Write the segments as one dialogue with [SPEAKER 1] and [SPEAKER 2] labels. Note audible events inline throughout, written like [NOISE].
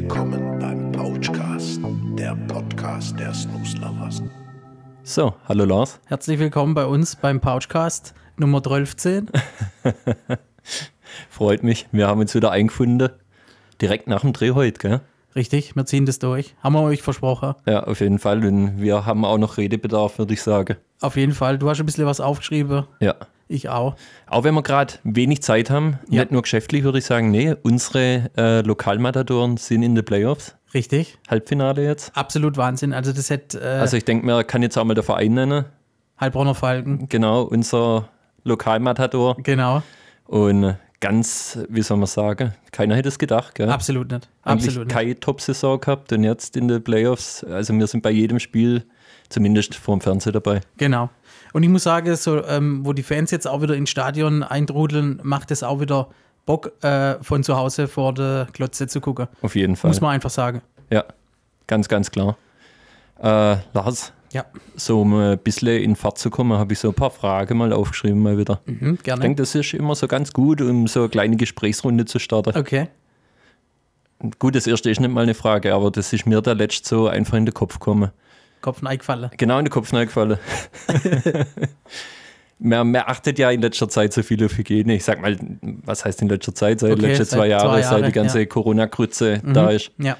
[SPEAKER 1] Willkommen beim Pouchcast, der Podcast der Snooze Lovers.
[SPEAKER 2] So, hallo Lars.
[SPEAKER 3] Herzlich willkommen bei uns beim Pouchcast
[SPEAKER 2] [LAUGHS]
[SPEAKER 3] Nummer 1210.
[SPEAKER 2] Freut mich. Wir haben uns wieder eingefunden. Direkt nach dem Dreh heute, gell?
[SPEAKER 3] Richtig, wir ziehen das durch. Haben wir euch versprochen.
[SPEAKER 2] Ja, auf jeden Fall. Und wir haben auch noch Redebedarf, würde ich sagen.
[SPEAKER 3] Auf jeden Fall. Du hast ein bisschen was aufgeschrieben.
[SPEAKER 2] Ja.
[SPEAKER 3] Ich auch.
[SPEAKER 2] Auch wenn wir gerade wenig Zeit haben,
[SPEAKER 3] Ja.
[SPEAKER 2] nicht nur geschäftlich, würde ich sagen, nee, unsere äh, Lokalmatadoren sind in den Playoffs.
[SPEAKER 3] Richtig.
[SPEAKER 2] Halbfinale jetzt.
[SPEAKER 3] Absolut Wahnsinn. Also das hätte äh,
[SPEAKER 2] Also ich denke, man kann jetzt auch mal den Verein nennen.
[SPEAKER 3] Heilbronner Falken.
[SPEAKER 2] Genau, unser Lokalmatador.
[SPEAKER 3] Genau.
[SPEAKER 2] Und ganz, wie soll man sagen, keiner hätte es gedacht, gell?
[SPEAKER 3] Absolut nicht.
[SPEAKER 2] eigentlich
[SPEAKER 3] Absolut ne? nicht.
[SPEAKER 2] keine Top-Saison gehabt und jetzt in den Playoffs. Also wir sind bei jedem Spiel zumindest vorm Fernseher dabei.
[SPEAKER 3] Genau. Und ich muss sagen, so, ähm, wo die Fans jetzt auch wieder ins Stadion eindrudeln, macht es auch wieder Bock, äh, von zu Hause vor der Glotze zu gucken.
[SPEAKER 2] Auf jeden Fall.
[SPEAKER 3] Muss man einfach sagen.
[SPEAKER 2] Ja, ganz, ganz klar. Äh, Lars,
[SPEAKER 3] Ja,
[SPEAKER 2] so um ein bisschen in Fahrt zu kommen, habe ich so ein paar Fragen mal aufgeschrieben mal wieder.
[SPEAKER 3] hm,
[SPEAKER 2] Ich
[SPEAKER 3] gerne.
[SPEAKER 2] denke, das ist immer so ganz gut, um so eine kleine Gesprächsrunde zu starten.
[SPEAKER 3] Okay.
[SPEAKER 2] Gut, das erste ist nicht mal eine Frage, aber das ist mir da letzt so einfach in den Kopf gekommen.
[SPEAKER 3] Kopf eingefallen.
[SPEAKER 2] Genau in den Kopf
[SPEAKER 3] [LAUGHS]
[SPEAKER 2] reingefallen. man, man achtet ja in letzter Zeit so viel auf Hygiene. Ich sag mal, was heißt in letzter Zeit? Seit
[SPEAKER 3] Okay,
[SPEAKER 2] letzten
[SPEAKER 3] seit
[SPEAKER 2] zwei,
[SPEAKER 3] zwei
[SPEAKER 2] Jahre,
[SPEAKER 3] Jahre,
[SPEAKER 2] seit die ganze
[SPEAKER 3] ja. Mhm.
[SPEAKER 2] Corona-Krütze da ist.
[SPEAKER 3] Ja.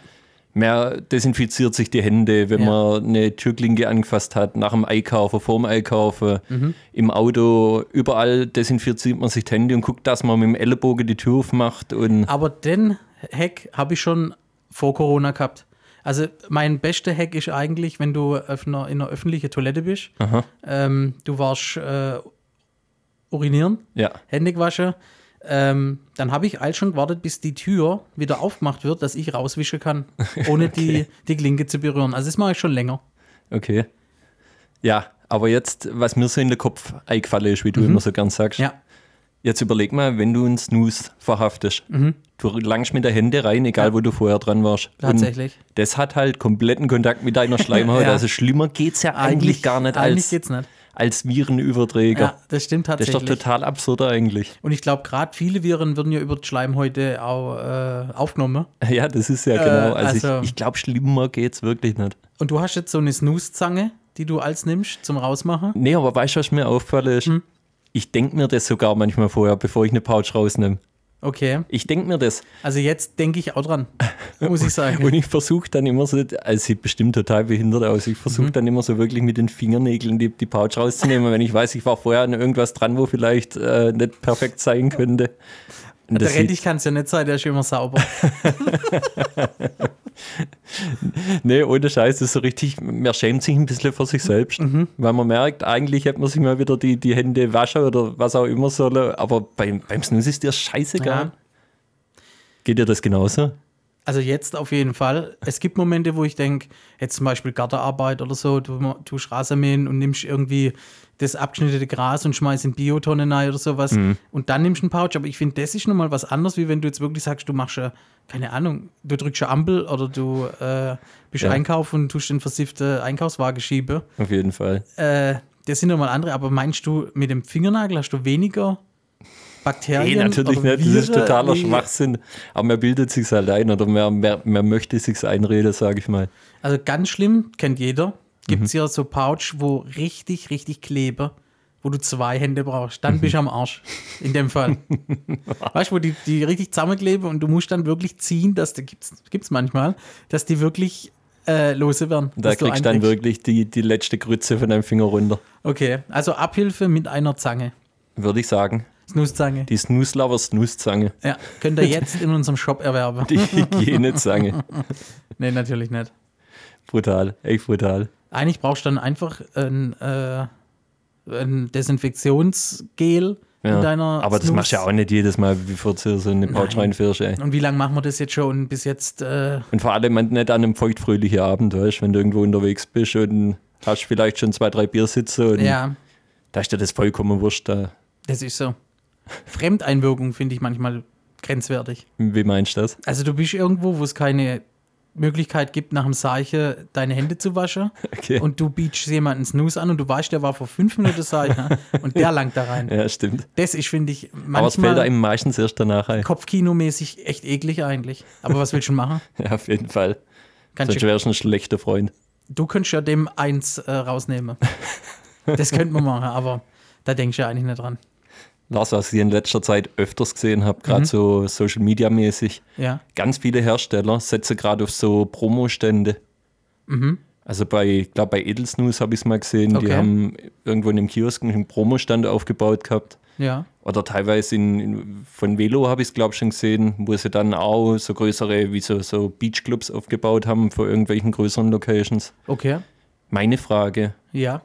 [SPEAKER 2] Man desinfiziert sich die Hände, wenn
[SPEAKER 3] Ja.
[SPEAKER 2] man eine Türklinke angefasst hat, nach dem Einkaufen, vorm Einkaufen,
[SPEAKER 3] Mhm.
[SPEAKER 2] im Auto. Überall desinfiziert man sich die Hände und guckt, dass man mit dem Ellenbogen die Tür aufmacht. Und
[SPEAKER 3] Aber den Hack habe ich schon vor Corona gehabt. Also mein bester Hack ist eigentlich, wenn du auf einer, in einer öffentlichen Toilette bist, ähm, du warst äh, urinieren,
[SPEAKER 2] ja,
[SPEAKER 3] Hände gewaschen, ähm, dann habe ich all schon gewartet, bis die Tür wieder aufgemacht wird, dass ich
[SPEAKER 2] [LAUGHS]
[SPEAKER 3] rauswischen kann, ohne die, die Klinke zu berühren. Also das mache ich schon länger.
[SPEAKER 2] okay. Ja, aber jetzt, was mir so in den Kopf eingefallen ist, wie du immer so gern sagst,
[SPEAKER 3] Mhm. Ja,
[SPEAKER 2] Jetzt überleg mal, wenn du einen Snooze verhaftest.
[SPEAKER 3] Mhm.
[SPEAKER 2] Du langst mit der Hände rein, egal wo du vorher dran warst. Und
[SPEAKER 3] Tatsächlich.
[SPEAKER 2] das hat halt kompletten Kontakt mit deiner Schleimhaut.
[SPEAKER 3] [LAUGHS] Ja.
[SPEAKER 2] Also schlimmer geht's ja eigentlich, gar nicht
[SPEAKER 3] Eigentlich
[SPEAKER 2] als,
[SPEAKER 3] geht's nicht.
[SPEAKER 2] als Virenüberträger.
[SPEAKER 3] Ja, das stimmt
[SPEAKER 2] das ist doch
[SPEAKER 3] tatsächlich.
[SPEAKER 2] total absurd eigentlich. [LAUGHS]
[SPEAKER 3] Und ich glaube, gerade viele Viren würden ja über den Schleim heute auch äh, aufgenommen.
[SPEAKER 2] Ja, das ist ja genau. Also,
[SPEAKER 3] also-
[SPEAKER 2] ich, ich glaube, schlimmer geht's wirklich nicht.
[SPEAKER 3] Und du hast jetzt so eine Snooze-Zange, die du als nimmst zum Rausmachen?
[SPEAKER 2] Nee, aber weißt du, was mir auffällt?
[SPEAKER 3] Hm?
[SPEAKER 2] ist? Ich denke mir das sogar manchmal vorher, bevor ich eine Pouch rausnehme.
[SPEAKER 3] Okay.
[SPEAKER 2] Ich denke mir das.
[SPEAKER 3] Also jetzt denke ich auch
[SPEAKER 2] [LAUGHS]
[SPEAKER 3] dran, muss ich sagen.
[SPEAKER 2] Und ich versuche dann immer so, also sieht bestimmt total behindert aus, ich versuche dann immer so wirklich mit den Fingernägeln die, die Pouch rauszunehmen, wenn ich weiß, ich war vorher an irgendwas dran, wo vielleicht äh, nicht perfekt sein könnte. Und
[SPEAKER 3] Der
[SPEAKER 2] das sieht,
[SPEAKER 3] Rettich kann es ja nicht sein, der ist ja immer sauber.
[SPEAKER 2] nee, ohne Scheiß, das ist so richtig, man schämt sich ein bisschen vor sich selbst, weil man merkt, eigentlich hätte man sich mal wieder die, die Hände waschen oder was auch immer sollen, aber beim, beim Snus ist dir scheißegal.
[SPEAKER 3] Ja.
[SPEAKER 2] Geht dir das genauso?
[SPEAKER 3] Also jetzt auf jeden Fall. Es gibt Momente, wo ich denke, jetzt zum Beispiel Gartenarbeit oder so, du tust Rasenmähen und nimmst irgendwie das abgeschnittene Gras und schmeißt in Biotonne rein oder sowas
[SPEAKER 2] Mhm.
[SPEAKER 3] und dann nimmst du einen Pouch. Aber ich finde, das ist nochmal was anderes, wie wenn du jetzt wirklich sagst, du machst, äh, keine Ahnung, du drückst eine Ampel oder du äh, bist
[SPEAKER 2] Ja.
[SPEAKER 3] einkaufen und tust den versifften Einkaufswagen schieben.
[SPEAKER 2] Auf jeden Fall.
[SPEAKER 3] äh, das sind nochmal andere, aber meinst du, mit dem Fingernagel hast du weniger Bakterien?
[SPEAKER 2] Nee, Eh, natürlich
[SPEAKER 3] oder
[SPEAKER 2] nicht. Das ist
[SPEAKER 3] Viren
[SPEAKER 2] totaler
[SPEAKER 3] wie-
[SPEAKER 2] Schwachsinn. Aber man bildet sich halt ein oder man, man, man möchte sich einreden, sage ich mal.
[SPEAKER 3] Also ganz schlimm, kennt jeder. Gibt
[SPEAKER 2] Mhm.
[SPEAKER 3] es ja so Pouch, wo richtig, richtig klebe, wo du zwei Hände brauchst.
[SPEAKER 2] [LAUGHS]
[SPEAKER 3] Dann bist du am Arsch. In dem Fall. weißt du, wo die, die richtig zusammenkleben und du musst dann wirklich ziehen, dass da gibt's, gibt's manchmal, dass die wirklich äh, lose werden.
[SPEAKER 2] Da
[SPEAKER 3] dass du
[SPEAKER 2] kriegst du dann
[SPEAKER 3] einkriegst.
[SPEAKER 2] wirklich die, die letzte Grütze von deinem Finger runter,
[SPEAKER 3] Okay, also Abhilfe mit einer Zange.
[SPEAKER 2] würde ich sagen.
[SPEAKER 3] Snusszange.
[SPEAKER 2] Die Snooslauer Snooszange.
[SPEAKER 3] Ja, könnt ihr jetzt in unserem Shop erwerben.
[SPEAKER 2] [LAUGHS] Die Hygienezange.
[SPEAKER 3] Nee, natürlich nicht.
[SPEAKER 2] brutal, echt brutal.
[SPEAKER 3] Eigentlich brauchst du dann einfach ein, äh, ein Desinfektionsgel
[SPEAKER 2] Ja.
[SPEAKER 3] in deiner.
[SPEAKER 2] Aber das
[SPEAKER 3] Snus.
[SPEAKER 2] machst du ja auch nicht jedes Mal, bevor du so eine Pouch reinfährst, ey.
[SPEAKER 3] Und wie lange machen wir das jetzt schon? Und bis jetzt, äh,
[SPEAKER 2] Und vor allem nicht an einem feuchtfröhlichen Abend, weißt du, wenn du irgendwo unterwegs bist und hast vielleicht schon zwei, drei Bier sitzen und
[SPEAKER 3] ja,
[SPEAKER 2] da ist dir das vollkommen wurscht. Da.
[SPEAKER 3] das ist so. Fremdeinwirkung finde ich manchmal grenzwertig.
[SPEAKER 2] Wie meinst du das?
[SPEAKER 3] Also du bist irgendwo, wo es keine Möglichkeit gibt, nach dem Seiche deine Hände
[SPEAKER 2] [LAUGHS]
[SPEAKER 3] zu waschen
[SPEAKER 2] Okay.
[SPEAKER 3] und du beachst jemanden Snooze an und du weißt, der war vor fünf Minuten Seiche ne? und der langt da rein.
[SPEAKER 2] [LAUGHS] Ja, stimmt.
[SPEAKER 3] Das ist, finde ich,
[SPEAKER 2] Aber es fällt
[SPEAKER 3] manchmal
[SPEAKER 2] einem meistens erst danach ein.
[SPEAKER 3] Kopfkinomäßig echt eklig eigentlich. Aber was willst du machen?
[SPEAKER 2] [LAUGHS] Ja, auf jeden Fall.
[SPEAKER 3] Kannst
[SPEAKER 2] Sonst
[SPEAKER 3] du,
[SPEAKER 2] wärst du ein schlechter Freund.
[SPEAKER 3] du könntest ja dem eins
[SPEAKER 2] [LAUGHS]
[SPEAKER 3] äh, rausnehmen. Das könnte man machen, aber da denkst du ja eigentlich nicht dran.
[SPEAKER 2] Das, was ich in letzter Zeit öfters gesehen habe, gerade so Social Media mäßig,
[SPEAKER 3] Ja.
[SPEAKER 2] ganz viele Hersteller setzen gerade auf so Promostände. Also bei, ich glaube bei Edelsnus habe ich es mal gesehen, die
[SPEAKER 3] Okay.
[SPEAKER 2] haben irgendwo in einem Kiosk einen Promostand aufgebaut gehabt.
[SPEAKER 3] Ja.
[SPEAKER 2] Oder teilweise in, in, von Velo habe ich es, glaube ich, schon gesehen, wo sie dann auch so größere, wie so, so Beachclubs aufgebaut haben für irgendwelchen größeren Locations.
[SPEAKER 3] Okay.
[SPEAKER 2] Meine Frage,
[SPEAKER 3] Ja.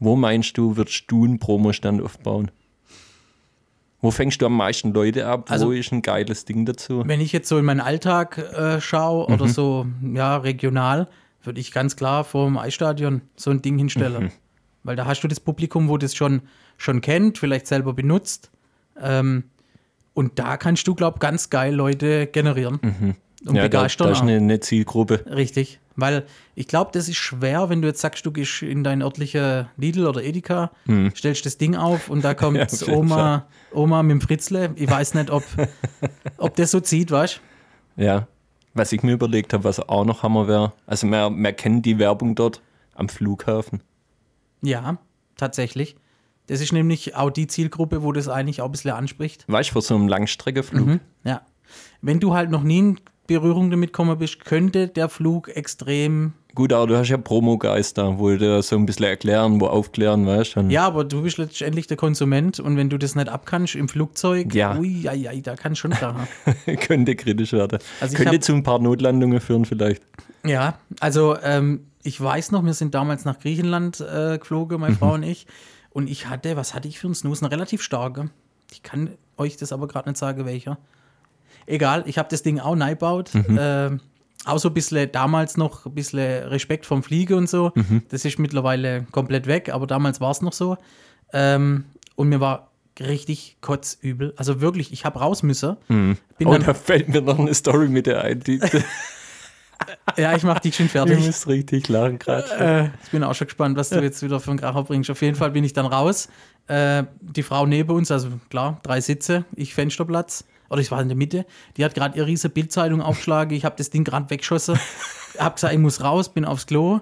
[SPEAKER 2] wo meinst du, würdest du einen Promostand aufbauen? Wo fängst du am meisten Leute ab?
[SPEAKER 3] Also-
[SPEAKER 2] wo ist ein geiles Ding dazu?
[SPEAKER 3] Wenn ich jetzt so in meinen Alltag äh, schaue
[SPEAKER 2] Mhm.
[SPEAKER 3] oder so, ja, regional, würde ich ganz klar vor dem Eisstadion so ein Ding hinstellen.
[SPEAKER 2] Mhm.
[SPEAKER 3] Weil da hast du das Publikum, wo das schon, schon kennt, vielleicht selber benutzt. Ähm, und da kannst du, glaube ich, ganz geil Leute generieren und
[SPEAKER 2] Mhm. ja, da,
[SPEAKER 3] begeistern.
[SPEAKER 2] da ist
[SPEAKER 3] auch.
[SPEAKER 2] eine, eine Zielgruppe.
[SPEAKER 3] Richtig, weil ich glaube, das ist schwer, wenn du jetzt sagst, du gehst in dein örtlicher Lidl oder Edeka, stellst das Ding auf
[SPEAKER 2] [LAUGHS]
[SPEAKER 3] und da
[SPEAKER 2] Hm.
[SPEAKER 3] kommt
[SPEAKER 2] Ja, auf jeden
[SPEAKER 3] Oma, Oma mit dem Fritzle. Ich weiß
[SPEAKER 2] [LAUGHS]
[SPEAKER 3] nicht, ob, ob das so zieht, weißt
[SPEAKER 2] Ja. Was ich mir überlegt habe, was auch noch Hammer wäre, also man, man kennt die Werbung dort am Flughafen.
[SPEAKER 3] Ja, tatsächlich. Das ist nämlich auch die Zielgruppe, wo das eigentlich auch ein bisschen anspricht.
[SPEAKER 2] Weißt du, vor so einem Langstreckeflug.
[SPEAKER 3] Ja. Wenn du halt noch nie in Berührung damit gekommen bist, könnte der Flug extrem.
[SPEAKER 2] Gut, aber du hast ja Promo-Geist da, wo dir so ein bisschen erklären, wo aufklären, weißt du? und-
[SPEAKER 3] Ja, aber du bist letztendlich der Konsument und wenn du das nicht abkannst im Flugzeug,
[SPEAKER 2] Ja.
[SPEAKER 3] ui, ai, ai, da kann schon krachen.
[SPEAKER 2] [LAUGHS] könnte kritisch werden.
[SPEAKER 3] Also ich
[SPEAKER 2] könnte
[SPEAKER 3] hab-
[SPEAKER 2] zu ein paar Notlandungen führen, vielleicht.
[SPEAKER 3] Ja, also ähm, ich weiß noch, wir sind damals nach Griechenland äh, geflogen, meine Frau und ich. Und ich hatte, was hatte ich für einen Snooze? Eine relativ starke. Ich kann euch das aber gerade nicht sagen, welcher. Egal, ich habe das Ding auch neu gebaut. Ähm, auch so ein bisschen damals noch ein bisschen Respekt vom Fliege und so. Das ist mittlerweile komplett weg, aber damals war es noch so. Ähm, und mir war richtig kotzübel. Also wirklich, ich habe raus müssen. Bin
[SPEAKER 2] Oh,
[SPEAKER 3] dann,
[SPEAKER 2] da fällt mir noch eine Story mit der ein. Die, die,
[SPEAKER 3] [LAUGHS] ja, ich mache dich schon
[SPEAKER 2] ihr
[SPEAKER 3] fertig.
[SPEAKER 2] müsst richtig lachen gerade.
[SPEAKER 3] Äh, ich bin auch schon gespannt, was du jetzt wieder für einen Kracher bringst. Auf jeden Fall bin ich dann raus. Äh, die Frau neben uns, also klar, drei Sitze, ich Fensterplatz. Oder ich war in der Mitte. Die hat gerade ihre riese Bildzeitung aufgeschlagen. Ich habe das Ding gerade weggeschossen. hab gesagt, ich muss raus, bin aufs Klo.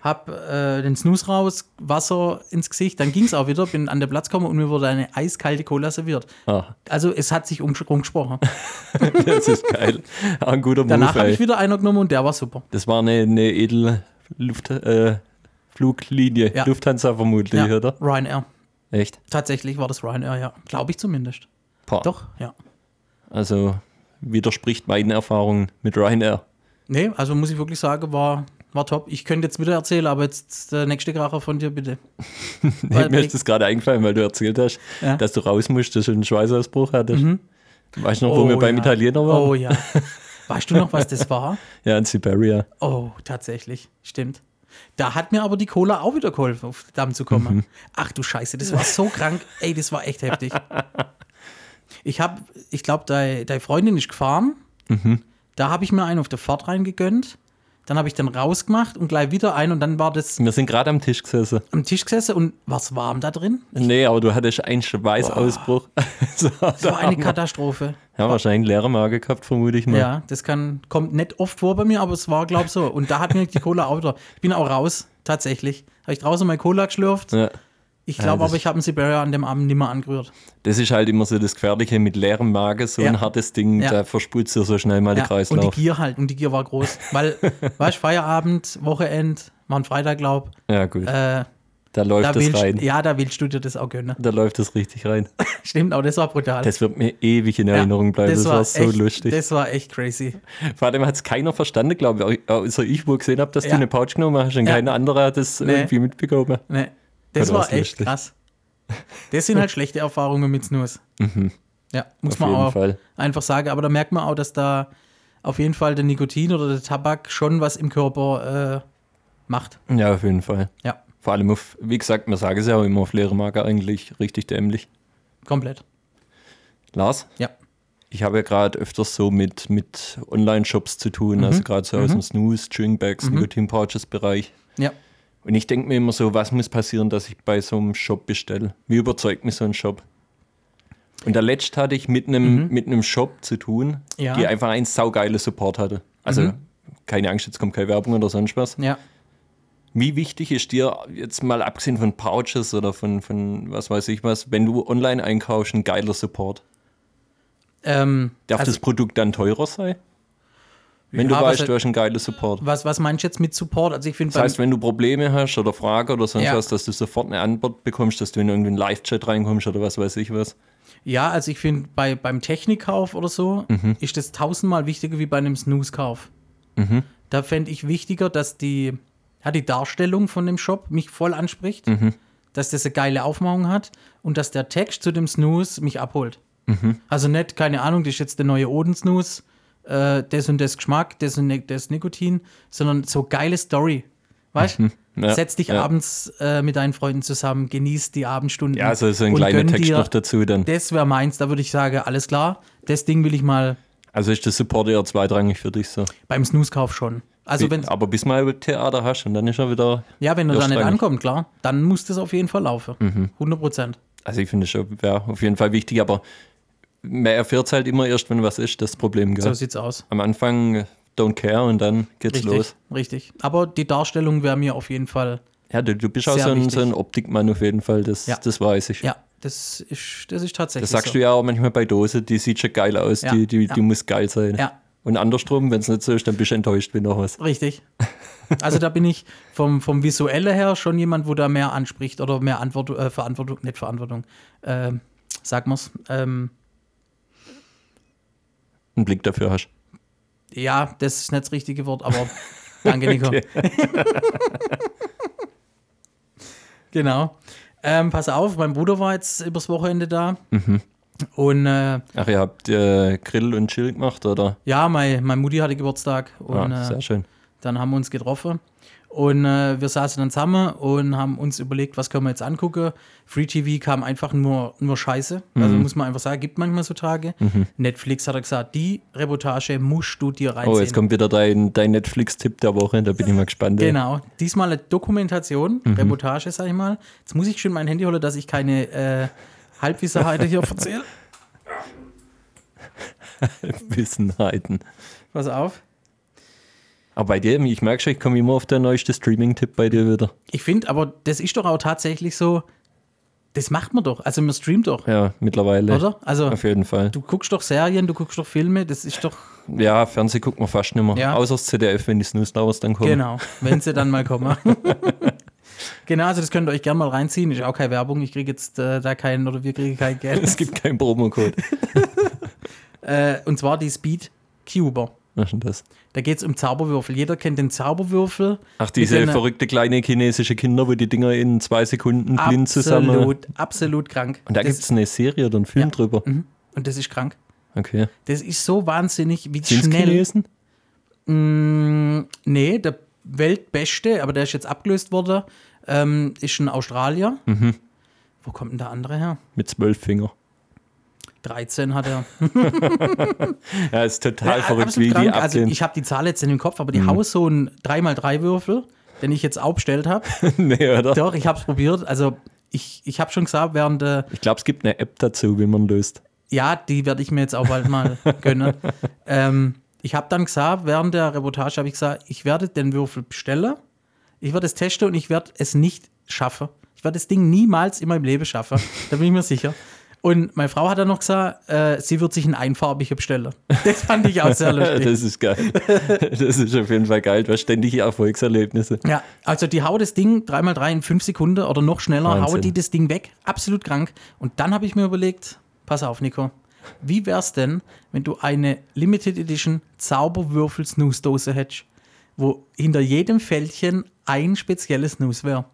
[SPEAKER 3] Hab äh, den Snooze raus, Wasser ins Gesicht. Dann ging es auch wieder, bin an den Platz gekommen und mir wurde eine eiskalte Cola serviert.
[SPEAKER 2] Ah,
[SPEAKER 3] Also es hat sich um, rumgesprochen.
[SPEAKER 2] [LAUGHS] das ist geil. Auch ein guter
[SPEAKER 3] Danach
[SPEAKER 2] Move,
[SPEAKER 3] habe
[SPEAKER 2] ey.
[SPEAKER 3] ich wieder einer genommen und der war super.
[SPEAKER 2] Das war eine, eine edle Luft, äh, Fluglinie.
[SPEAKER 3] Ja.
[SPEAKER 2] Lufthansa vermutlich, oder?
[SPEAKER 3] Ryanair.
[SPEAKER 2] Echt?
[SPEAKER 3] Tatsächlich war das Ryanair, ja. Glaube ich zumindest.
[SPEAKER 2] Boah.
[SPEAKER 3] Doch, ja.
[SPEAKER 2] Also widerspricht meinen Erfahrungen mit Ryanair. [LAUGHS]
[SPEAKER 3] Nee, also muss ich wirklich sagen, war, war top. Ich könnte jetzt wieder erzählen, aber jetzt der nächste Kracher von dir, bitte.
[SPEAKER 2] Nee, mir ist das gerade eingefallen, weil du erzählt hast,
[SPEAKER 3] Ja.
[SPEAKER 2] dass du raus musstest und einen Schweißausbruch hattest. Weißt du noch, wo wir beim
[SPEAKER 3] ja.
[SPEAKER 2] Italiener waren?
[SPEAKER 3] Oh
[SPEAKER 2] [LAUGHS]
[SPEAKER 3] ja. Weißt du noch, was das war?
[SPEAKER 2] Ja, in Siberia.
[SPEAKER 3] Oh, tatsächlich. Stimmt. Da hat mir aber die Cola auch wieder geholfen, auf den Damm zu kommen.
[SPEAKER 2] Mhm.
[SPEAKER 3] Ach du Scheiße, das war so krank. Ey, das war echt heftig. Ich habe, ich glaube, deine dei Freundin ist gefahren.
[SPEAKER 2] Mhm.
[SPEAKER 3] Da habe ich mir einen auf der Fahrt reingegönnt. Dann habe ich den rausgemacht und gleich wieder einen und dann war das
[SPEAKER 2] Wir sind gerade am Tisch gesessen.
[SPEAKER 3] am Tisch gesessen und war es warm da drin?
[SPEAKER 2] Nee, aber du hattest einen Schweißausbruch. [LAUGHS] so,
[SPEAKER 3] Das war eine Katastrophe.
[SPEAKER 2] ja, wahrscheinlich leere Magen gehabt, vermute ich mal.
[SPEAKER 3] Ja, das kann, kommt nicht oft vor bei mir, aber es war, glaube ich, so. Und da hat mir die Cola auch wieder. Ich bin auch raus, tatsächlich. Habe ich draußen meine Cola geschlürft.
[SPEAKER 2] Ja.
[SPEAKER 3] Ich
[SPEAKER 2] Ja,
[SPEAKER 3] glaube
[SPEAKER 2] das-
[SPEAKER 3] aber, ich habe einen Siberia an dem Abend nimmer angerührt.
[SPEAKER 2] Das ist halt immer so das Gefährliche mit leerem Magen, so
[SPEAKER 3] Ja.
[SPEAKER 2] ein hartes Ding,
[SPEAKER 3] Ja.
[SPEAKER 2] da verspritzt dir so schnell mal
[SPEAKER 3] Ja,
[SPEAKER 2] den
[SPEAKER 3] und die
[SPEAKER 2] Kreislauf.
[SPEAKER 3] Gier halt. Und die Gier war groß. Weil,
[SPEAKER 2] [LAUGHS]
[SPEAKER 3] weißt du, Feierabend, Wochenend, war ein Freitag, glaube
[SPEAKER 2] Ja, gut.
[SPEAKER 3] äh,
[SPEAKER 2] da läuft
[SPEAKER 3] da
[SPEAKER 2] das
[SPEAKER 3] willst,
[SPEAKER 2] rein.
[SPEAKER 3] Ja, da willst du dir das auch gönnen. [LAUGHS]
[SPEAKER 2] Da läuft das richtig rein.
[SPEAKER 3] Stimmt, aber das war brutal.
[SPEAKER 2] Das wird mir ewig in
[SPEAKER 3] Ja,
[SPEAKER 2] Erinnerung bleiben. Das, war, so
[SPEAKER 3] echt,
[SPEAKER 2] lustig.
[SPEAKER 3] Das war echt crazy.
[SPEAKER 2] Vor allem hat es keiner verstanden, glaube ich. Außer ich, wo gesehen habe, dass du
[SPEAKER 3] Ja.
[SPEAKER 2] eine Pouch genommen hast und
[SPEAKER 3] Ja.
[SPEAKER 2] keiner anderer hat das
[SPEAKER 3] Nee.
[SPEAKER 2] irgendwie mitbekommen.
[SPEAKER 3] Nee, Ne, das
[SPEAKER 2] Gott,
[SPEAKER 3] war
[SPEAKER 2] war's
[SPEAKER 3] echt
[SPEAKER 2] lustig.
[SPEAKER 3] krass. Das sind
[SPEAKER 2] [LAUGHS]
[SPEAKER 3] halt schlechte Erfahrungen mit Snus. Ja, muss
[SPEAKER 2] Mhm. Auf
[SPEAKER 3] man
[SPEAKER 2] jeden
[SPEAKER 3] auch
[SPEAKER 2] Fall.
[SPEAKER 3] einfach sagen. Aber da merkt man auch, dass da auf jeden Fall der Nikotin oder der Tabak schon was im Körper äh, macht.
[SPEAKER 2] Ja, auf jeden Fall.
[SPEAKER 3] Ja,
[SPEAKER 2] Vor allem auf, wie gesagt, man sagt es ja auch immer auf leere Marke eigentlich richtig dämlich.
[SPEAKER 3] komplett.
[SPEAKER 2] Lars,
[SPEAKER 3] Ja.
[SPEAKER 2] ich habe ja gerade öfters so mit, mit Online-Shops zu tun,
[SPEAKER 3] Mhm.
[SPEAKER 2] also gerade so aus dem Snooze, Chewing-Bags, Nikotin-Pouches-Bereich.
[SPEAKER 3] Ja.
[SPEAKER 2] Und ich denke mir immer so, was muss passieren, dass ich bei so einem Shop bestelle? Wie überzeugt mich so ein Shop? Und der letzte hatte ich mit einem, mit einem Shop zu tun,
[SPEAKER 3] Mhm. Ja. Mhm.
[SPEAKER 2] die einfach einen saugeilen Support hatte. Also keine Angst, jetzt kommt keine Werbung oder sonst was.
[SPEAKER 3] Ja.
[SPEAKER 2] Wie wichtig ist dir, jetzt mal abgesehen von Pouches oder von, von was weiß ich was, wenn du online einkaufst, ein geiler Support?
[SPEAKER 3] Ähm,
[SPEAKER 2] Darf
[SPEAKER 3] also-
[SPEAKER 2] das Produkt dann teurer sein? Wenn
[SPEAKER 3] Ja,
[SPEAKER 2] du
[SPEAKER 3] was
[SPEAKER 2] weißt,
[SPEAKER 3] halt-
[SPEAKER 2] du hast einen geilen Support.
[SPEAKER 3] was, was meinst du jetzt mit Support? Also ich finde
[SPEAKER 2] Das heißt, wenn du Probleme hast oder Fragen oder sonst
[SPEAKER 3] Ja.
[SPEAKER 2] was, dass du sofort eine Antwort bekommst, dass du in irgendeinen Live-Chat reinkommst oder was weiß ich was.
[SPEAKER 3] Ja, also ich finde, bei, beim Technikkauf oder so
[SPEAKER 2] Mhm.
[SPEAKER 3] ist das tausendmal wichtiger wie bei einem Snooze-Kauf.
[SPEAKER 2] Mhm.
[SPEAKER 3] Da fände ich wichtiger, dass die, ja, die Darstellung von dem Shop mich voll anspricht,
[SPEAKER 2] Mhm.
[SPEAKER 3] dass das eine geile Aufmachung hat und dass der Text zu dem Snooze mich abholt.
[SPEAKER 2] Mhm.
[SPEAKER 3] Also nicht, keine Ahnung, das ist jetzt der neue Oden-Snooze, äh, das und das Geschmack, das und ne- das Nikotin, sondern so geile Story. Weißt du?
[SPEAKER 2] Mhm. Ja,
[SPEAKER 3] Setz dich
[SPEAKER 2] ja.
[SPEAKER 3] abends äh, mit deinen Freunden zusammen, genieß die Abendstunden.
[SPEAKER 2] Ja, also so ein
[SPEAKER 3] und
[SPEAKER 2] kleiner
[SPEAKER 3] gönn
[SPEAKER 2] Text
[SPEAKER 3] dir-
[SPEAKER 2] noch dazu dann.
[SPEAKER 3] das wäre meins, da würde ich sagen, alles klar, das Ding will ich mal
[SPEAKER 2] Also ist das Support eher zweitrangig für dich so.
[SPEAKER 3] beim Snooze-Kauf schon. Also wenn,
[SPEAKER 2] Aber bis mal Theater hast und dann ist er wieder.
[SPEAKER 3] ja, wenn er da nicht
[SPEAKER 2] erstrangig.
[SPEAKER 3] ankommt, klar, dann muss das auf jeden Fall laufen.
[SPEAKER 2] Mhm.
[SPEAKER 3] 100 Prozent.
[SPEAKER 2] Also ich finde es schon ja, auf jeden Fall wichtig, aber man erfährt es halt immer erst, wenn was ist, das Problem. Gell?
[SPEAKER 3] So sieht's aus.
[SPEAKER 2] Am Anfang äh, don't care und dann geht's
[SPEAKER 3] Richtig,
[SPEAKER 2] los.
[SPEAKER 3] richtig. Aber die Darstellung wäre mir auf jeden Fall,
[SPEAKER 2] Ja, du, du bist auch
[SPEAKER 3] Sehr
[SPEAKER 2] so ein,
[SPEAKER 3] wichtig.
[SPEAKER 2] so ein Optikmann auf jeden Fall, das,
[SPEAKER 3] Ja.
[SPEAKER 2] das weiß ich.
[SPEAKER 3] ja, das ist, das ist
[SPEAKER 2] Das
[SPEAKER 3] tatsächlich
[SPEAKER 2] sagst
[SPEAKER 3] so.
[SPEAKER 2] du ja auch manchmal bei Dose, die sieht schon geil aus,
[SPEAKER 3] Ja,
[SPEAKER 2] die, die,
[SPEAKER 3] ja.
[SPEAKER 2] die muss geil sein.
[SPEAKER 3] Ja.
[SPEAKER 2] Und andersrum, wenn es nicht so ist, dann bist du enttäuscht, wenn noch was.
[SPEAKER 3] Richtig. Also da bin ich vom, vom Visuelle her schon jemand, wo da mehr anspricht oder mehr Antwort, äh, Verantwortung, nicht Verantwortung, ähm, sag mal's, ähm,
[SPEAKER 2] Einen Blick dafür hast.
[SPEAKER 3] ja, das ist nicht das richtige
[SPEAKER 2] [LAUGHS]
[SPEAKER 3] Wort, aber danke, Nico. [LAUGHS] Genau. Ähm, pass auf, mein Bruder war jetzt übers Wochenende da.
[SPEAKER 2] Mhm.
[SPEAKER 3] Und äh,
[SPEAKER 2] Ach, ihr habt äh, Grill und Chill gemacht, oder?
[SPEAKER 3] ja, mein, mein Mutti hatte Geburtstag und
[SPEAKER 2] ah,
[SPEAKER 3] äh,
[SPEAKER 2] sehr schön.
[SPEAKER 3] dann haben wir uns getroffen. Und äh, wir saßen dann zusammen und haben uns überlegt, was können wir jetzt angucken. Free TV kam einfach nur, nur Scheiße. Also
[SPEAKER 2] Mhm.
[SPEAKER 3] muss man einfach sagen, gibt manchmal so Tage. Netflix hat er gesagt, die Reportage musst du dir reinziehen.
[SPEAKER 2] Oh, jetzt kommt wieder dein, dein Netflix-Tipp der Woche, da bin ich mal gespannt. [LAUGHS] ey.
[SPEAKER 3] Genau, diesmal eine Dokumentation,
[SPEAKER 2] Mhm.
[SPEAKER 3] Reportage, sag ich mal. Jetzt muss ich schon mein Handy holen, dass ich keine äh, Halbwisserheiten
[SPEAKER 2] [LAUGHS]
[SPEAKER 3] hier verzähle.
[SPEAKER 2] Wissenheiten.
[SPEAKER 3] Pass auf.
[SPEAKER 2] Aber bei dir, ich merke schon, ich komme immer auf der neueste Streaming-Tipp bei dir wieder.
[SPEAKER 3] Ich finde, aber das ist doch auch tatsächlich so, das macht man doch. Also man streamt doch,
[SPEAKER 2] Ja, mittlerweile.
[SPEAKER 3] oder? Also
[SPEAKER 2] Auf jeden Fall.
[SPEAKER 3] du guckst doch Serien, du guckst doch Filme, das ist doch,
[SPEAKER 2] Ja, Fernsehen guckt man fast nicht mehr.
[SPEAKER 3] Ja.
[SPEAKER 2] Außer das ZDF, wenn die Snooze Lovers dann kommen.
[SPEAKER 3] genau, wenn sie dann mal kommen. genau, also das könnt ihr euch gerne mal reinziehen. Ist auch keine Werbung, ich kriege jetzt äh, da keinen oder wir kriegen
[SPEAKER 2] [LAUGHS]
[SPEAKER 3] kein
[SPEAKER 2] Es
[SPEAKER 3] Geld.
[SPEAKER 2] gibt keinen
[SPEAKER 3] [LAUGHS]
[SPEAKER 2] Promocode.
[SPEAKER 3] äh, und zwar die Speed Cuber.
[SPEAKER 2] Was ist denn das?
[SPEAKER 3] Da geht es um Zauberwürfel. Jeder kennt den Zauberwürfel.
[SPEAKER 2] Ach,
[SPEAKER 3] mit
[SPEAKER 2] diese
[SPEAKER 3] den-
[SPEAKER 2] verrückte kleine chinesische Kinder, wo die Dinger in zwei Sekunden blind zusammen.
[SPEAKER 3] Absolut, absolut krank.
[SPEAKER 2] Und da
[SPEAKER 3] Das-
[SPEAKER 2] gibt es eine Serie oder einen Film
[SPEAKER 3] Ja. Mhm.
[SPEAKER 2] drüber.
[SPEAKER 3] Und das ist krank.
[SPEAKER 2] Okay.
[SPEAKER 3] Das ist so wahnsinnig, wie
[SPEAKER 2] Sind's
[SPEAKER 3] schnell.
[SPEAKER 2] Chinesen?
[SPEAKER 3] Mm, nee, der Weltbeste, aber der ist jetzt abgelöst worden, ähm, ist ein Australier.
[SPEAKER 2] Mhm.
[SPEAKER 3] Wo kommt denn der andere her?
[SPEAKER 2] Mit zwölf Finger.
[SPEAKER 3] 13 hat er.
[SPEAKER 2] Ja, ist [LAUGHS] total
[SPEAKER 3] Ja,
[SPEAKER 2] verrückt,
[SPEAKER 3] absolut
[SPEAKER 2] wie die
[SPEAKER 3] krank. Also
[SPEAKER 2] abgehen. Mhm.
[SPEAKER 3] ich habe die Zahl jetzt in dem Kopf, aber die hauen so einen 3x3-Würfel, den ich jetzt aufgestellt habe.
[SPEAKER 2] [LAUGHS] nee, oder?
[SPEAKER 3] Doch, ich habe es probiert. Also ich, ich habe schon gesagt, während äh,
[SPEAKER 2] Ich glaube, es gibt eine App dazu, wie man löst.
[SPEAKER 3] Ja, die werde ich mir jetzt auch bald mal gönnen. ähm, ich habe dann gesagt, während der Reportage habe ich gesagt, ich werde den Würfel bestellen, ich werde es testen und ich werde es nicht schaffen. Ich werde das Ding niemals in meinem Leben schaffen, da bin ich mir sicher. Und meine Frau hat dann noch gesagt, äh, sie wird sich einen einfarbigen bestellen. Das fand ich
[SPEAKER 2] [LAUGHS]
[SPEAKER 3] auch sehr lustig.
[SPEAKER 2] Das ist geil.
[SPEAKER 3] [LAUGHS]
[SPEAKER 2] Das ist auf jeden Fall geil. Du hast ständige Erfolgserlebnisse.
[SPEAKER 3] Ja, also die haut das Ding dreimal drei in fünf Sekunden oder noch schneller,
[SPEAKER 2] Wahnsinn.
[SPEAKER 3] haut die das Ding weg. Absolut krank. Und dann habe ich mir überlegt, pass auf, Nico, wie wär's denn, wenn du eine Limited Edition Zauberwürfel Snooze Dose hättest, wo hinter jedem Fältchen ein spezielles Snooze wäre?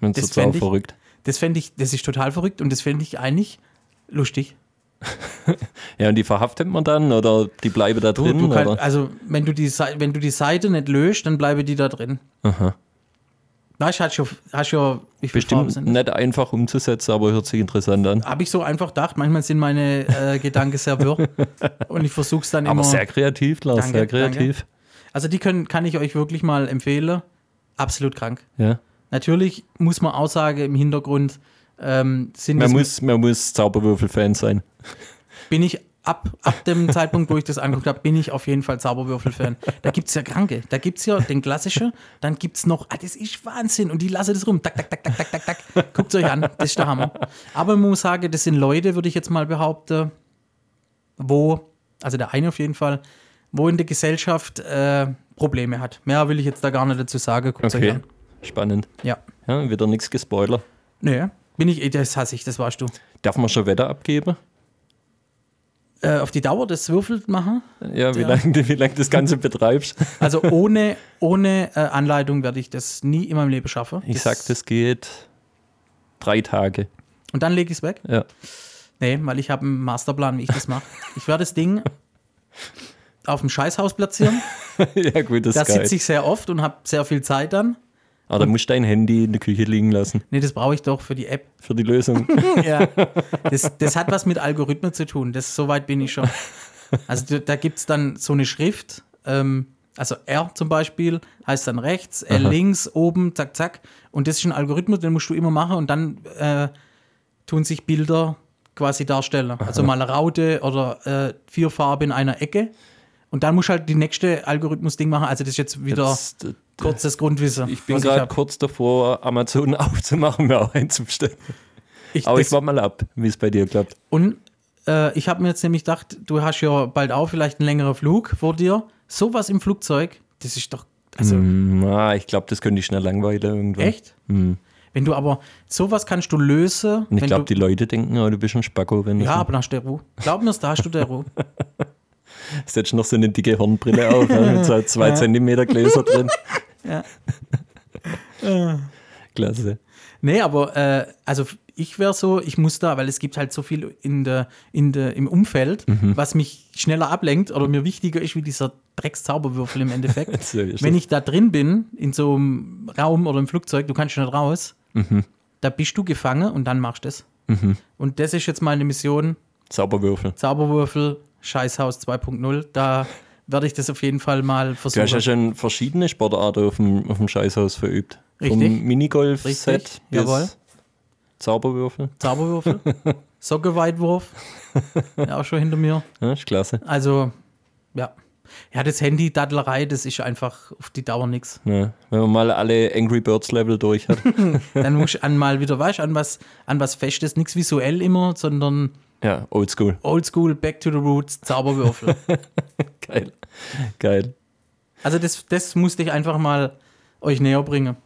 [SPEAKER 2] Man ist
[SPEAKER 3] Das
[SPEAKER 2] total
[SPEAKER 3] fänd ich-
[SPEAKER 2] verrückt.
[SPEAKER 3] Das fände ich, das ist total verrückt und das fände ich eigentlich lustig.
[SPEAKER 2] Ja, und die verhaftet man dann oder die bleiben da drin?
[SPEAKER 3] du kann,
[SPEAKER 2] oder?
[SPEAKER 3] also wenn du, die, Sei- wenn du die Seite nicht löscht, dann bleibe die da drin. Weißt du, hast ja, hast ja wie viele Farben
[SPEAKER 2] Bestimmt
[SPEAKER 3] sind
[SPEAKER 2] nicht einfach umzusetzen, aber hört sich interessant an.
[SPEAKER 3] Habe ich so einfach gedacht. Manchmal sind meine äh, Gedanken sehr wirr.
[SPEAKER 2] [LAUGHS]
[SPEAKER 3] und ich versuche es dann immer.
[SPEAKER 2] Aber sehr kreativ, Lars,
[SPEAKER 3] Danke,
[SPEAKER 2] sehr kreativ.
[SPEAKER 3] also die können, kann ich euch wirklich mal empfehlen. Absolut krank.
[SPEAKER 2] Ja.
[SPEAKER 3] Natürlich muss man Aussage im Hintergrund ähm, sind
[SPEAKER 2] Man,
[SPEAKER 3] das-
[SPEAKER 2] muss, man muss Zauberwürfel-Fan sein.
[SPEAKER 3] bin ich ab, ab dem Zeitpunkt, wo ich das angeguckt habe, bin ich auf jeden Fall Zauberwürfel-Fan. Da gibt es ja Kranke. Da gibt es ja den klassischen, dann gibt es noch, ah, das ist Wahnsinn und die lasse das rum. Tak, tak, tak, tak, tak, tak, tak. Guckt euch an, das ist der Hammer. Aber man muss sagen, das sind Leute, würde ich jetzt mal behaupten, wo, also der eine auf jeden Fall, wo in der Gesellschaft äh, Probleme hat. Mehr will ich jetzt da gar nicht dazu sagen. Guckt euch
[SPEAKER 2] Okay.
[SPEAKER 3] an.
[SPEAKER 2] Spannend.
[SPEAKER 3] Ja.
[SPEAKER 2] Ja, wieder nichts gespoilert.
[SPEAKER 3] Nö, bin ich, eh, das hasse ich, das warst du.
[SPEAKER 2] Darf man schon Wetter abgeben?
[SPEAKER 3] Äh, auf die Dauer des Würfel machen?
[SPEAKER 2] Ja, wie
[SPEAKER 3] Ja.
[SPEAKER 2] lange wie lang das Ganze betreibst?
[SPEAKER 3] Also ohne, ohne äh, Anleitung werde ich das nie in meinem Leben schaffen.
[SPEAKER 2] [LAUGHS] Ich sag, das geht drei Tage.
[SPEAKER 3] Und dann lege ich es weg?
[SPEAKER 2] Ja.
[SPEAKER 3] Nee, weil ich habe einen Masterplan, wie ich das mache. Ich werde das Ding auf dem Scheißhaus platzieren.
[SPEAKER 2] [LAUGHS] ja, gut, [LAUGHS] das
[SPEAKER 3] Da
[SPEAKER 2] ist geil.
[SPEAKER 3] sitze ich sehr oft und habe sehr viel Zeit dann.
[SPEAKER 2] Aber dann musst du dein Handy in der Küche liegen lassen
[SPEAKER 3] Nee, das brauche ich doch für die App.
[SPEAKER 2] für die [LAUGHS] Lösung.
[SPEAKER 3] Ja. Das, das hat was mit Algorithmen zu tun. Das, so weit bin ich schon. Also da, da gibt es dann so eine Schrift, ähm, also R zum Beispiel, heißt dann rechts, L links, oben, zack, zack. Und das ist ein Algorithmus, den musst du immer machen und dann äh, tun sich Bilder quasi darstellen. Also mal eine Raute oder äh, vier Farben in einer Ecke. Und dann musst du halt die nächste Algorithmus-Ding machen. Also das ist jetzt wieder
[SPEAKER 2] Jetzt, äh,
[SPEAKER 3] kurzes Grundwissen.
[SPEAKER 2] ich bin
[SPEAKER 3] was
[SPEAKER 2] gerade
[SPEAKER 3] hab.
[SPEAKER 2] kurz davor, Amazon [LAUGHS] aufzumachen, mir auch einzustellen.
[SPEAKER 3] Ich-
[SPEAKER 2] Aber ich
[SPEAKER 3] das-
[SPEAKER 2] warte mal ab, wie es bei dir klappt.
[SPEAKER 3] Und äh, ich habe mir jetzt nämlich gedacht, du hast ja bald auch vielleicht einen längeren Flug vor dir. Sowas im Flugzeug, das ist doch. Also,
[SPEAKER 2] Hm, ah, ich glaube, das könnte ich schnell langweilen irgendwann.
[SPEAKER 3] echt? Wenn du aber. Sowas kannst du lösen.
[SPEAKER 2] Und Mhm. ich
[SPEAKER 3] wenn
[SPEAKER 2] glaube,
[SPEAKER 3] du,
[SPEAKER 2] die Leute denken, oh, du bist ein Spacko, wenn
[SPEAKER 3] Ja,
[SPEAKER 2] ja.
[SPEAKER 3] aber dann hast du Ruhe. Glaub mir, da hast du der Ruhe.
[SPEAKER 2] du setzt noch so eine dicke Hornbrille auf, ja, mit so zwei Zentimeter Gläser drin.
[SPEAKER 3] Ja.
[SPEAKER 2] [LAUGHS] Klasse.
[SPEAKER 3] Nee, aber äh, also ich wäre so, ich muss da, weil es gibt halt so viel in der, in der, im Umfeld,
[SPEAKER 2] Mhm.
[SPEAKER 3] was mich schneller ablenkt oder mir wichtiger ist wie dieser Dreckszauberwürfel
[SPEAKER 2] [LAUGHS]
[SPEAKER 3] im Endeffekt.
[SPEAKER 2] So ist
[SPEAKER 3] Wenn
[SPEAKER 2] es.
[SPEAKER 3] ich da drin bin, in so einem Raum oder im Flugzeug, du kannst schon nicht raus,
[SPEAKER 2] Mhm.
[SPEAKER 3] da bist du gefangen und dann machst du es. Und das ist jetzt meine Mission,
[SPEAKER 2] Zauberwürfel.
[SPEAKER 3] Zauberwürfel, Scheißhaus 2.0, da werde ich das auf jeden Fall mal
[SPEAKER 2] Du
[SPEAKER 3] versuchen.
[SPEAKER 2] hast ja schon verschiedene Sportarten auf dem, auf dem Scheißhaus verübt.
[SPEAKER 3] Richtig.
[SPEAKER 2] Vom Minigolf-Set
[SPEAKER 3] Richtig,
[SPEAKER 2] bis
[SPEAKER 3] jawohl.
[SPEAKER 2] Zauberwürfel. [LAUGHS]
[SPEAKER 3] Zauberwürfel, Sockeweitwurf, ja, auch schon hinter mir.
[SPEAKER 2] Ja, ist klasse.
[SPEAKER 3] Also, ja. Ja, das Handy-Daddlerei, das ist einfach auf die Dauer nichts.
[SPEAKER 2] Ja, wenn man mal alle Angry Birds Level durch
[SPEAKER 3] [LAUGHS]
[SPEAKER 2] hat.
[SPEAKER 3] Dann muss ich an mal wieder, weißt du, an was, an was Festes, nichts visuell immer, sondern
[SPEAKER 2] ja, oldschool.
[SPEAKER 3] Oldschool, Back to the Roots, Zauberwürfel.
[SPEAKER 2] Geil. Geil.
[SPEAKER 3] Also, das, das musste ich einfach mal euch näher bringen.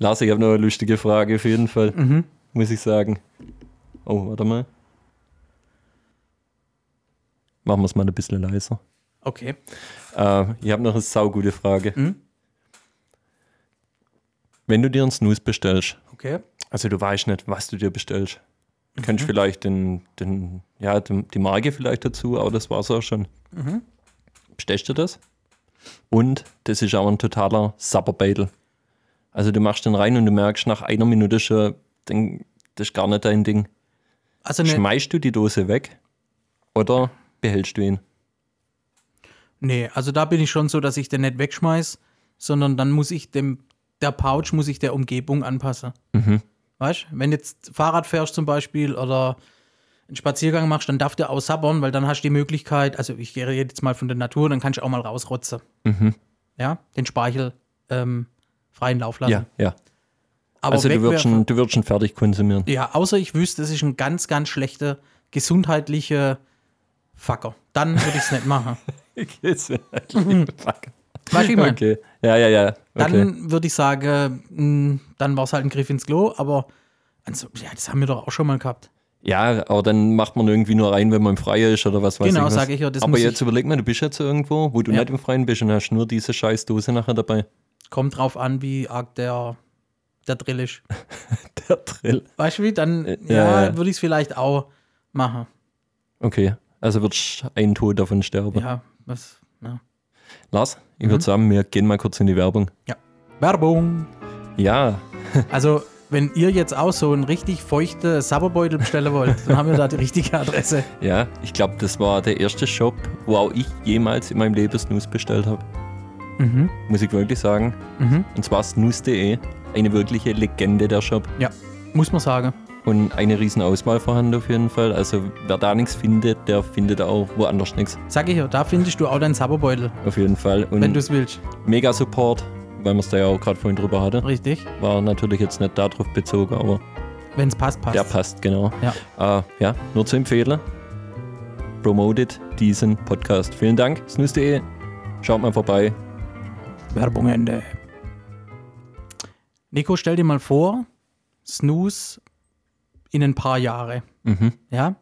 [SPEAKER 2] Lars, ich habe noch eine lustige Frage auf jeden Fall. Muss ich sagen. Oh, warte mal. Machen wir es mal ein bisschen leiser.
[SPEAKER 3] Okay.
[SPEAKER 2] Äh, ich habe noch eine saugute Frage. Wenn du dir einen Snooze bestellst,
[SPEAKER 3] Okay.
[SPEAKER 2] also du weißt nicht, was du dir bestellst, du könntest vielleicht den, den, ja, den, die Marke vielleicht dazu, aber das war es auch schon. Mhm. Bestellst du das? Und das ist auch ein totaler Supperbeitel. Also du machst den rein und du merkst nach einer Minute schon, den, das ist gar nicht dein Ding.
[SPEAKER 3] Also, ne,
[SPEAKER 2] Schmeißt du die Dose weg oder behältst du ihn?
[SPEAKER 3] nee, also da bin ich schon so, dass ich den nicht wegschmeiß, sondern dann muss ich dem, der Pouch muss ich der Umgebung anpassen.
[SPEAKER 2] Mhm.
[SPEAKER 3] Weißt du, wenn jetzt Fahrrad fährst zum Beispiel oder einen Spaziergang machst, dann darf der auch sabbern, weil dann hast du die Möglichkeit, also ich rede jetzt mal von der Natur, dann kannst du auch mal rausrotzen.
[SPEAKER 2] Mhm.
[SPEAKER 3] Ja, den Speichel ähm, freien Lauf lassen.
[SPEAKER 2] Ja, ja.
[SPEAKER 3] Aber
[SPEAKER 2] Also du würdest,
[SPEAKER 3] wegwerfen-
[SPEAKER 2] ihn, du würdest ihn fertig konsumieren.
[SPEAKER 3] Ja, außer ich wüsste, es ist ein ganz, ganz schlechter gesundheitlicher Fucker. Dann würde ich es nicht machen.
[SPEAKER 2] [LAUGHS] Jetzt bin ich ein Fuck.
[SPEAKER 3] Weißt du, ich
[SPEAKER 2] [LAUGHS]
[SPEAKER 3] mein?
[SPEAKER 2] Okay. Ja, ja, ja. Okay.
[SPEAKER 3] Dann würde ich sagen, mh, dann war es halt ein Griff ins Klo, aber also, ja, das haben wir doch auch schon mal gehabt.
[SPEAKER 2] ja, aber dann macht man irgendwie nur rein, wenn man im Freien ist oder was weiß ich.
[SPEAKER 3] Genau,
[SPEAKER 2] was.
[SPEAKER 3] sag ich ja, das
[SPEAKER 2] aber
[SPEAKER 3] muss
[SPEAKER 2] jetzt
[SPEAKER 3] ich-
[SPEAKER 2] überleg mal, du bist jetzt irgendwo, wo du
[SPEAKER 3] Ja.
[SPEAKER 2] nicht im Freien bist und hast nur diese scheiß Dose nachher dabei. [LAUGHS]
[SPEAKER 3] Kommt drauf an, wie arg der, der Drill ist.
[SPEAKER 2] Der Drill.
[SPEAKER 3] Weißt du wie? Dann
[SPEAKER 2] ja,
[SPEAKER 3] ja,
[SPEAKER 2] Äh, ja.
[SPEAKER 3] würde ich es vielleicht auch machen.
[SPEAKER 2] Okay, also würdest du einen Tod davon sterben.
[SPEAKER 3] Ja, Mhm. was? Ja.
[SPEAKER 2] Lars, ich würde sagen, wir gehen mal kurz in die Werbung.
[SPEAKER 3] Werbung!
[SPEAKER 2] Ja,
[SPEAKER 3] Also, wenn ihr jetzt auch so einen richtig feuchten Sabberbeutel bestellen wollt, dann haben wir da die richtige Adresse.
[SPEAKER 2] Ja, ich glaube, das war der erste Shop, wo auch ich jemals in meinem Leben Snus bestellt habe. Muss ich wirklich sagen.
[SPEAKER 3] Mhm.
[SPEAKER 2] Und zwar snus.de. Eine wirkliche Legende der Shop.
[SPEAKER 3] Ja, muss man sagen.
[SPEAKER 2] Und eine riesen Auswahl vorhanden auf jeden Fall. Also wer da nichts findet, der findet auch woanders nichts.
[SPEAKER 3] Sag ich ja, da findest du auch deinen Sabberbeutel,
[SPEAKER 2] Auf jeden Fall.
[SPEAKER 3] wenn du
[SPEAKER 2] Und
[SPEAKER 3] es willst.
[SPEAKER 2] mega Support, weil wir es da ja auch gerade vorhin drüber hatten.
[SPEAKER 3] Richtig?
[SPEAKER 2] War natürlich jetzt nicht darauf bezogen, aber
[SPEAKER 3] Wenn es passt, passt.
[SPEAKER 2] der passt, genau.
[SPEAKER 3] Ja.
[SPEAKER 2] Äh, ja, nur zu empfehlen. Promotet diesen Podcast. Vielen Dank, snus.de. Schaut mal vorbei.
[SPEAKER 3] Werbung Ende. Nico, stell dir mal vor, Snooze in ein paar Jahre. Ja?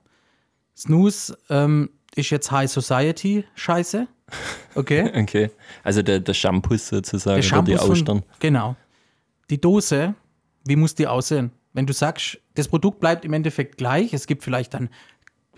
[SPEAKER 3] Snooze ähm, ist jetzt High Society Scheiße. Okay.
[SPEAKER 2] Okay. Also der, der Shampoo sozusagen,
[SPEAKER 3] Der
[SPEAKER 2] oder die
[SPEAKER 3] Shampoo
[SPEAKER 2] Austern.
[SPEAKER 3] von, Genau. Die Dose, wie muss die aussehen? Wenn du sagst, das Produkt bleibt im Endeffekt gleich, es gibt vielleicht dann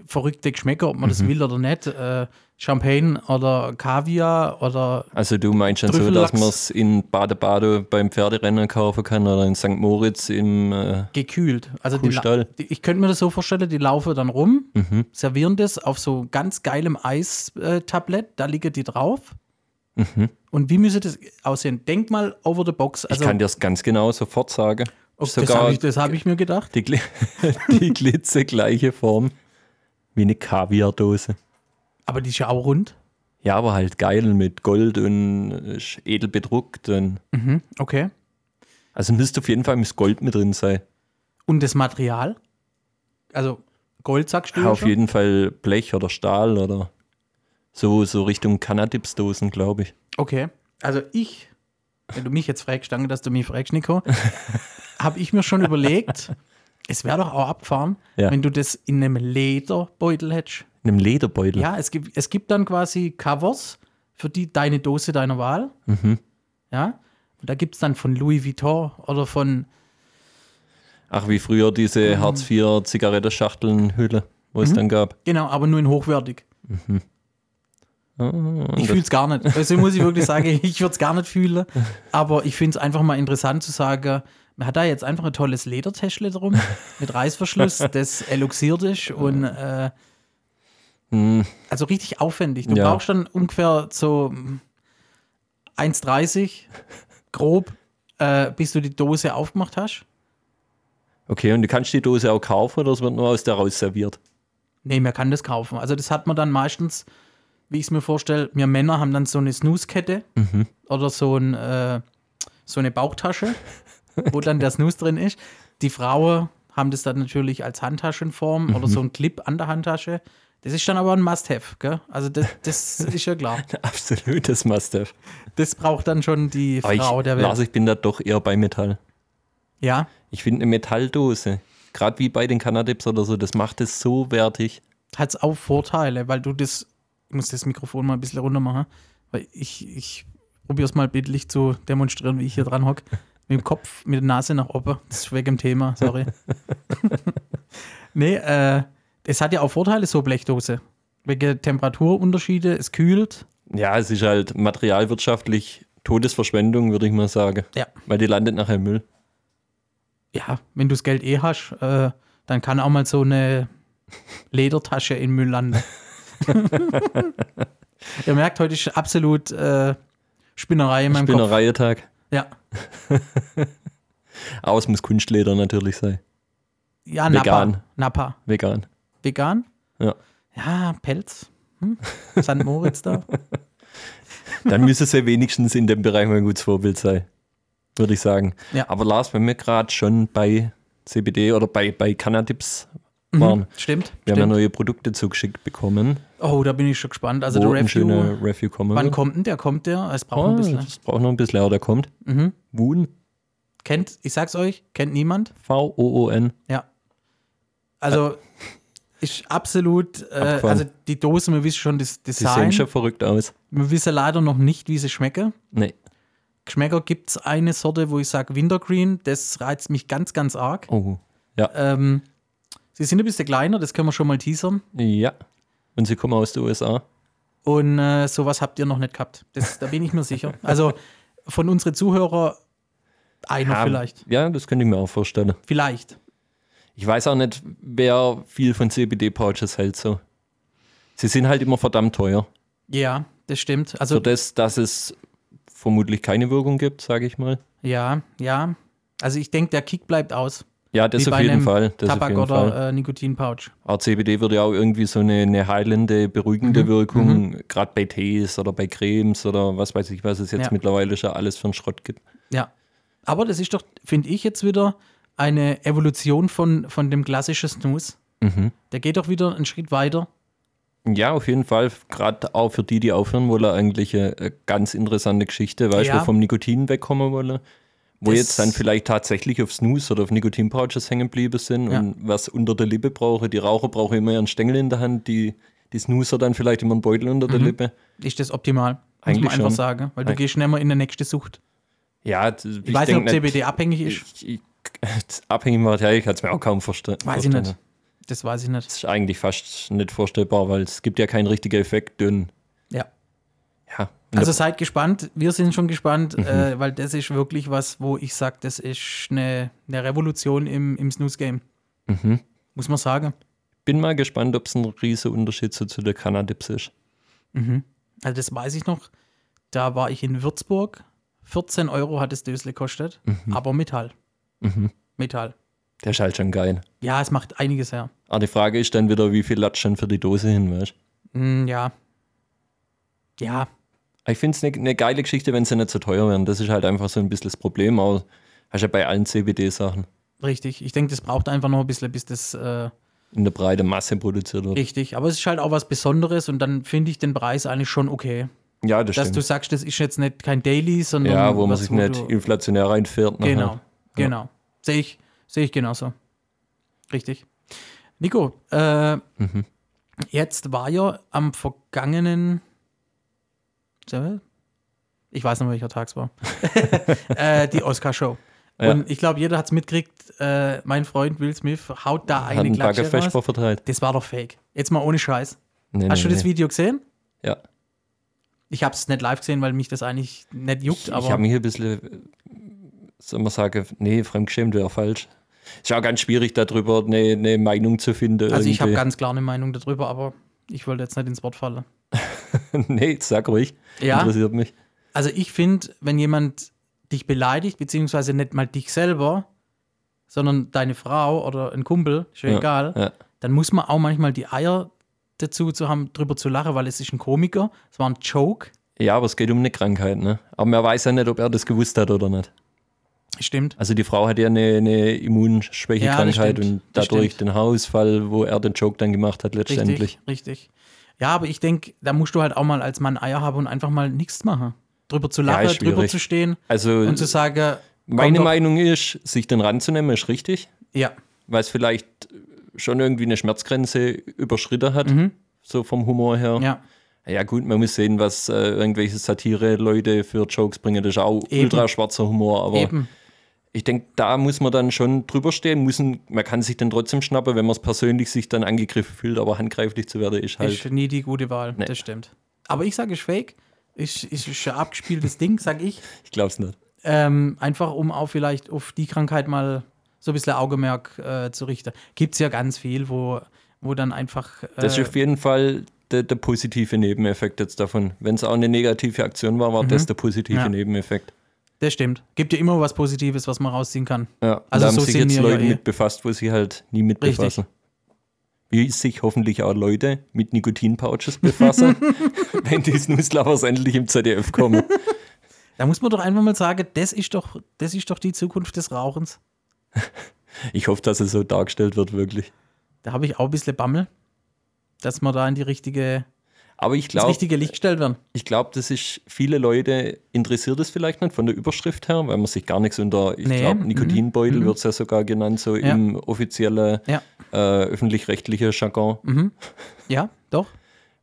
[SPEAKER 3] verrückte Geschmäcker, ob man das will oder nicht, äh, Champagne oder Kaviar oder
[SPEAKER 2] Also du meinst schon so, dass
[SPEAKER 3] Trüffellachs.
[SPEAKER 2] man es in Bade-Bade beim Pferderennen kaufen kann oder in St. Moritz im... Äh,
[SPEAKER 3] gekühlt. Also die, la-
[SPEAKER 2] Kuhstall.
[SPEAKER 3] die, ich könnte mir das so vorstellen, die laufen dann rum,
[SPEAKER 2] mhm.
[SPEAKER 3] servieren das auf so ganz geilem Eistablett, da liegen die drauf. Und wie müsste das aussehen? Denk mal over the box. Also,
[SPEAKER 2] Mhm. ich kann dir das ganz genau sofort sagen.
[SPEAKER 3] oh, das
[SPEAKER 2] Sogar
[SPEAKER 3] habe ich, das hab ich mir gedacht.
[SPEAKER 2] die, Gli [LAUGHS] die glitzegleiche Form wie eine Kaviardose.
[SPEAKER 3] Aber die ist ja auch rund.
[SPEAKER 2] Ja, aber halt geil mit Gold und äh, ist edel bedruckt. Und
[SPEAKER 3] Mhm, Okay.
[SPEAKER 2] also müsste auf jeden Fall mit Gold mit drin sein.
[SPEAKER 3] Und das Material? Also Gold, sagst du? ja
[SPEAKER 2] auf
[SPEAKER 3] schon?
[SPEAKER 2] jeden Fall Blech oder Stahl oder so, so Richtung Cannabis-Dosen, glaube ich.
[SPEAKER 3] Okay. Also ich, wenn du mich jetzt fragst, danke, dass du mich fragst, Nico, habe ich mir schon überlegt, es wäre doch auch abgefahren,
[SPEAKER 2] Ja.
[SPEAKER 3] wenn du das in einem Lederbeutel hättest.
[SPEAKER 2] In einem Lederbeutel.
[SPEAKER 3] Ja, es gibt, es gibt dann quasi Covers für die deine Dose deiner Wahl. Ja. Und da gibt es dann von Louis Vuitton oder von,
[SPEAKER 2] Ach, wie früher
[SPEAKER 3] Mhm.
[SPEAKER 2] diese Hartz-IV-Zigarettenschachteln-Hülle, wo es dann gab.
[SPEAKER 3] genau, aber nur in hochwertig. Ich fühle es gar nicht. Deswegen muss ich wirklich sagen, [LAUGHS] ich würde es gar nicht fühlen. Aber ich finde es einfach mal interessant zu sagen, man hat da jetzt einfach ein tolles Ledertäschle drum mit Reißverschluss, das eluxiert ist und äh, also richtig aufwendig. Du
[SPEAKER 2] Ja.
[SPEAKER 3] brauchst dann ungefähr so mm, 1,30 grob, äh, bis du die Dose aufgemacht hast.
[SPEAKER 2] Okay, und du kannst die Dose auch kaufen oder es wird nur aus der raus serviert?
[SPEAKER 3] Nee, man kann das kaufen. Also das hat man dann meistens, wie ich es mir vorstelle, wir Männer haben dann so eine Snooze-Kette
[SPEAKER 2] Mhm.
[SPEAKER 3] oder so, ein, äh, so eine Bauchtasche, wo dann der Snooze drin ist. Die Frauen haben das dann natürlich als Handtaschenform oder
[SPEAKER 2] Mhm.
[SPEAKER 3] so ein Clip an der Handtasche. Das ist dann aber ein Must-Have, gell? Also das, das ist
[SPEAKER 2] [LAUGHS]
[SPEAKER 3] ja klar.
[SPEAKER 2] [LAUGHS] Absolutes Must-Have.
[SPEAKER 3] Das braucht dann schon die
[SPEAKER 2] Aber ich,
[SPEAKER 3] Frau der Welt.
[SPEAKER 2] Lars, ich bin da doch eher bei Metall.
[SPEAKER 3] Ja,
[SPEAKER 2] Ich finde eine Metalldose, gerade wie bei den Cannabis oder so, das macht es so wertig.
[SPEAKER 3] hat es auch Vorteile, weil du das, ich muss das Mikrofon mal ein bisschen runter machen, weil ich, ich probiere es mal bildlich zu demonstrieren, wie ich hier dran hocke. Mit dem Kopf, mit der Nase nach oben. Das ist weg im Thema, sorry. [LAUGHS] nee, äh, es hat ja auch Vorteile, so Blechdose. Wegen Temperaturunterschiede, es kühlt.
[SPEAKER 2] Ja, es ist halt materialwirtschaftlich Todesverschwendung, würde ich mal sagen.
[SPEAKER 3] Ja.
[SPEAKER 2] Weil die landet nachher im Müll.
[SPEAKER 3] Ja, wenn du das Geld eh hast, äh, dann kann auch mal so eine Ledertasche in Müll landen. [LAUGHS] Ihr merkt, heute ist absolut äh, Spinnerei in meinem
[SPEAKER 2] Ich bin
[SPEAKER 3] Kopf.
[SPEAKER 2] ein Reihetag.
[SPEAKER 3] Ja,
[SPEAKER 2] Aber es muss Kunstleder natürlich sein.
[SPEAKER 3] ja
[SPEAKER 2] Vegan.
[SPEAKER 3] Napa. Napa.
[SPEAKER 2] Vegan.
[SPEAKER 3] Vegan?
[SPEAKER 2] Ja.
[SPEAKER 3] Ja, Pelz. Hm? St.
[SPEAKER 2] [LAUGHS]
[SPEAKER 3] Moritz da.
[SPEAKER 2] Dann müsste es ja wenigstens in dem Bereich mal ein gutes Vorbild sein. Würde ich sagen.
[SPEAKER 3] Ja.
[SPEAKER 2] Aber Lars, wenn wir gerade schon bei CBD oder bei, bei Cannabis waren,
[SPEAKER 3] Mhm. Stimmt.
[SPEAKER 2] wir haben ja
[SPEAKER 3] stimmt.
[SPEAKER 2] neue Produkte zugeschickt bekommen,
[SPEAKER 3] Oh, da bin ich schon gespannt. Also
[SPEAKER 2] wo
[SPEAKER 3] der
[SPEAKER 2] ein
[SPEAKER 3] Review.
[SPEAKER 2] schöner Review kommen
[SPEAKER 3] Wann
[SPEAKER 2] wird.
[SPEAKER 3] kommt denn der? Kommt der? Es braucht
[SPEAKER 2] Oh,
[SPEAKER 3] ein bisschen. ne? Mhm.
[SPEAKER 2] Das braucht noch ein bisschen, aber der kommt. Woon,
[SPEAKER 3] Kennt, ich sag's euch, kennt niemand.
[SPEAKER 2] V-O-O-N.
[SPEAKER 3] Ja. Also ist absolut, äh,
[SPEAKER 2] Äh. Abgefahren.
[SPEAKER 3] also die Dose, wir wissen schon das
[SPEAKER 2] Die sehen
[SPEAKER 3] Design.
[SPEAKER 2] schon verrückt aus.
[SPEAKER 3] Wir wissen leider noch nicht, wie sie schmecken.
[SPEAKER 2] Nee.
[SPEAKER 3] Geschmäcker gibt es eine Sorte, wo ich sage Wintergreen, das reizt mich ganz, ganz arg.
[SPEAKER 2] Oh. Ja.
[SPEAKER 3] Ähm, sie sind ein bisschen kleiner, das können wir schon mal teasern.
[SPEAKER 2] Ja. Und sie kommen aus den USA. [LAUGHS]
[SPEAKER 3] Und äh, sowas habt ihr noch nicht gehabt. Das, da bin ich mir sicher. Also von unseren Zuhörern Einer
[SPEAKER 2] Ja,
[SPEAKER 3] vielleicht.
[SPEAKER 2] Ja, das könnte ich mir auch vorstellen.
[SPEAKER 3] Vielleicht.
[SPEAKER 2] Ich weiß auch nicht, wer viel von CBD-Pouches hält so. Sie sind halt immer verdammt teuer.
[SPEAKER 3] Ja, das stimmt. Also
[SPEAKER 2] Für das, dass es vermutlich keine Wirkung gibt, sage ich mal.
[SPEAKER 3] ja, ja. Also ich denke, der Kick bleibt aus.
[SPEAKER 2] Ja, das
[SPEAKER 3] Wie
[SPEAKER 2] auf
[SPEAKER 3] bei
[SPEAKER 2] jeden
[SPEAKER 3] einem
[SPEAKER 2] Fall. Das auf
[SPEAKER 3] Tabak
[SPEAKER 2] jeden Fall.
[SPEAKER 3] oder äh, Nikotinpouch.
[SPEAKER 2] Aber CBD wird ja auch irgendwie so eine, eine heilende, beruhigende
[SPEAKER 3] Mhm.
[SPEAKER 2] Wirkung, gerade bei Tees oder bei Cremes oder was weiß ich, was es jetzt
[SPEAKER 3] Ja.
[SPEAKER 2] mittlerweile schon alles für einen Schrott gibt.
[SPEAKER 3] Ja. Aber das ist doch, finde ich, jetzt wieder eine Evolution von, von dem klassischen Snooze.
[SPEAKER 2] Mhm.
[SPEAKER 3] Der geht doch wieder einen Schritt weiter.
[SPEAKER 2] Ja, auf jeden Fall, gerade auch für die, die aufhören wollen, eigentlich eine, eine ganz interessante Geschichte, weißt du,
[SPEAKER 3] Ja.
[SPEAKER 2] wo vom Nikotin wegkommen wollen. Wo
[SPEAKER 3] Das-
[SPEAKER 2] jetzt dann vielleicht tatsächlich auf Snooze oder auf Nikotinpouches hängen geblieben sind
[SPEAKER 3] Ja.
[SPEAKER 2] und was unter der Lippe brauche. Die Raucher brauchen immer ihren Stängel in der Hand, die, die Snoozer dann vielleicht immer einen Beutel unter
[SPEAKER 3] Mhm.
[SPEAKER 2] der Lippe.
[SPEAKER 3] Ist das optimal? Muss
[SPEAKER 2] Eigentlich
[SPEAKER 3] man einfach
[SPEAKER 2] schon.
[SPEAKER 3] sagen. Weil du
[SPEAKER 2] Eigentlich-
[SPEAKER 3] gehst schneller in der nächste Sucht.
[SPEAKER 2] Ja, d-
[SPEAKER 3] Ich, weiß nicht,
[SPEAKER 2] denk
[SPEAKER 3] ob CBD abhängig ist.
[SPEAKER 2] Ich, [LAUGHS] ich, abhängig materiell, ich kann es mir auch kaum vorstellen.
[SPEAKER 3] Weiß ich nicht. Das weiß ich nicht.
[SPEAKER 2] Das ist eigentlich fast nicht vorstellbar, weil es gibt ja keinen richtigen Effekt. Dünn.
[SPEAKER 3] Ja.
[SPEAKER 2] Ja. Mhm. Und
[SPEAKER 3] Also seid gespannt. Wir sind schon gespannt, äh, weil das ist wirklich was, wo ich sage, das ist eine, eine Revolution im, im Snooze-Game.
[SPEAKER 2] Mhm.
[SPEAKER 3] Muss man sagen.
[SPEAKER 2] ich bin mal gespannt, ob es ein riesiger Unterschied so zu der Cannabis ist. Mhm.
[SPEAKER 3] Also das weiß ich noch. Da war ich in Würzburg. 14 Euro hat das Dösle gekostet,
[SPEAKER 2] Mhm.
[SPEAKER 3] aber Metall. Metall.
[SPEAKER 2] Der ist halt schon geil.
[SPEAKER 3] Ja, es macht einiges her.
[SPEAKER 2] Aber die Frage ist dann wieder, wie viel Latschen für die Dose hin, weißt
[SPEAKER 3] Mm, ja. Ja.
[SPEAKER 2] Aber Ich finde es eine ne geile Geschichte, wenn sie nicht so teuer wären. Das ist halt einfach so ein bisschen das Problem. Aber hast ja bei allen CBD-Sachen
[SPEAKER 3] Richtig. Ich denke, das braucht einfach noch ein bisschen, bis das äh,
[SPEAKER 2] in der breiten Masse produziert wird.
[SPEAKER 3] richtig. Aber es ist halt auch was Besonderes und dann finde ich den Preis eigentlich schon okay.
[SPEAKER 2] ja, das
[SPEAKER 3] Dass du
[SPEAKER 2] stimmt.
[SPEAKER 3] sagst, das ist jetzt nicht kein Daily, sondern.
[SPEAKER 2] Ja, wo man
[SPEAKER 3] was,
[SPEAKER 2] sich
[SPEAKER 3] wo
[SPEAKER 2] nicht
[SPEAKER 3] du-
[SPEAKER 2] inflationär reinfährt. ne? nachher.
[SPEAKER 3] Genau, genau. Sehe ich, sehe ich genauso. Richtig. Nico, äh,
[SPEAKER 2] Mhm.
[SPEAKER 3] jetzt war ja am vergangenen. Ich weiß nicht, welcher Tag es war. [LAUGHS] äh, die Oscar-Show.
[SPEAKER 2] Ja.
[SPEAKER 3] Und ich glaube, jeder hat es mitgekriegt. Äh, mein Freund Will Smith haut da
[SPEAKER 2] Hat
[SPEAKER 3] eine
[SPEAKER 2] einen
[SPEAKER 3] Klatsche
[SPEAKER 2] Bagger
[SPEAKER 3] raus.
[SPEAKER 2] Festball verteilt.
[SPEAKER 3] Das war doch fake. Jetzt mal ohne Scheiß.
[SPEAKER 2] Nee,
[SPEAKER 3] Hast
[SPEAKER 2] nee,
[SPEAKER 3] du das
[SPEAKER 2] nee.
[SPEAKER 3] Video gesehen?
[SPEAKER 2] Ja.
[SPEAKER 3] Ich habe es nicht live gesehen, weil mich das eigentlich nicht juckt.
[SPEAKER 2] ich habe
[SPEAKER 3] Aber
[SPEAKER 2] mich ein bisschen, äh, soll man sagen, nee, fremdgeschämt wäre falsch. Ist auch ganz schwierig, darüber eine, eine Meinung zu finden.
[SPEAKER 3] also ich habe
[SPEAKER 2] irgendwie.
[SPEAKER 3] ganz klar eine Meinung darüber, aber ich wollte jetzt nicht ins Wort fallen.
[SPEAKER 2] [LAUGHS] nee, sag ruhig.
[SPEAKER 3] Ja?
[SPEAKER 2] Interessiert mich.
[SPEAKER 3] Also ich finde, wenn jemand dich beleidigt, beziehungsweise nicht mal dich selber, sondern deine Frau oder ein Kumpel, ist ja,
[SPEAKER 2] Ja,
[SPEAKER 3] egal,
[SPEAKER 2] ja.
[SPEAKER 3] dann muss man auch manchmal die Eier dazu zu haben, drüber zu lachen, weil es ist ein Komiker, es war ein Joke,
[SPEAKER 2] Ja, aber es geht um eine Krankheit, ne? Aber man weiß ja nicht, ob er das gewusst hat oder nicht.
[SPEAKER 3] stimmt.
[SPEAKER 2] Also die Frau hat ja eine, eine Immunschwächekrankheit
[SPEAKER 3] Ja, das stimmt,
[SPEAKER 2] und
[SPEAKER 3] das
[SPEAKER 2] dadurch
[SPEAKER 3] stimmt.
[SPEAKER 2] den Haarausfall, wo er den Joke dann gemacht hat letztendlich.
[SPEAKER 3] Richtig, richtig. Ja, aber ich denke, da musst du halt auch mal als Mann Eier haben und einfach mal nichts machen. Drüber zu lachen,
[SPEAKER 2] ist
[SPEAKER 3] drüber
[SPEAKER 2] schwierig.
[SPEAKER 3] zu stehen
[SPEAKER 2] Also
[SPEAKER 3] und zu sagen, komm
[SPEAKER 2] meine
[SPEAKER 3] doch-
[SPEAKER 2] Meinung ist, sich den ranzunehmen ist richtig.
[SPEAKER 3] Ja,
[SPEAKER 2] weil es vielleicht schon irgendwie eine Schmerzgrenze überschritten hat, so vom Humor her.
[SPEAKER 3] Mhm. ja.
[SPEAKER 2] Ja, gut, man muss sehen, was äh, irgendwelche Satire-Leute für Jokes bringen. Das ist auch
[SPEAKER 3] Eben.
[SPEAKER 2] ultra schwarzer Humor, aber
[SPEAKER 3] Eben.
[SPEAKER 2] ich denke, da muss man dann schon drüber stehen. Müssen, man kann sich dann trotzdem schnappen, wenn man es persönlich sich dann angegriffen fühlt, aber handgreiflich zu werden ist halt.
[SPEAKER 3] Ist nie die gute Wahl, das stimmt. Aber ich sage, ist fake. Ist, ist, ist ein abgespieltes Ding, sag ich.
[SPEAKER 2] ich glaube es nicht.
[SPEAKER 3] Ähm, einfach um auch vielleicht auf die Krankheit mal so ein bisschen Augenmerk äh, zu richten. Gibt es ja ganz viel, wo, wo dann einfach. Äh,
[SPEAKER 2] Das ist auf jeden Fall der, der positive Nebeneffekt jetzt davon. Wenn es auch eine negative Aktion war, war das der positive
[SPEAKER 3] Mhm. Ja.
[SPEAKER 2] Nebeneffekt.
[SPEAKER 3] das stimmt. Gibt ja immer was Positives, was man rausziehen kann.
[SPEAKER 2] Ja, also da
[SPEAKER 3] Also
[SPEAKER 2] haben
[SPEAKER 3] so
[SPEAKER 2] sich
[SPEAKER 3] sind
[SPEAKER 2] jetzt
[SPEAKER 3] wir ja
[SPEAKER 2] Leute
[SPEAKER 3] eh.
[SPEAKER 2] mit befasst, wo sie halt nie mit
[SPEAKER 3] Richtig.
[SPEAKER 2] befassen. Wie sich hoffentlich auch Leute mit Nikotinpouches befassen,
[SPEAKER 3] [LAUGHS]
[SPEAKER 2] wenn die Snuslavers endlich im ZDF kommen.
[SPEAKER 3] Da muss man doch einfach mal sagen, das ist doch, das ist doch die Zukunft des Rauchens.
[SPEAKER 2] Ich hoffe, dass es so dargestellt wird, wirklich.
[SPEAKER 3] Da habe ich auch ein bisschen Bammel, dass man da in die richtige,
[SPEAKER 2] Aber ich
[SPEAKER 3] ins
[SPEAKER 2] glaube,
[SPEAKER 3] richtige Licht gestellt werden.
[SPEAKER 2] ich glaube, das ist viele Leute interessiert es vielleicht nicht von der Überschrift her, weil man sich gar nichts unter, ich
[SPEAKER 3] Nee,
[SPEAKER 2] glaube,
[SPEAKER 3] mhm,
[SPEAKER 2] Nikotinbeutel wird es ja sogar genannt, so
[SPEAKER 3] Ja.
[SPEAKER 2] im offiziellen
[SPEAKER 3] Ja. Mhm.
[SPEAKER 2] äh, öffentlich-rechtlichen Jargon.
[SPEAKER 3] Ja, doch.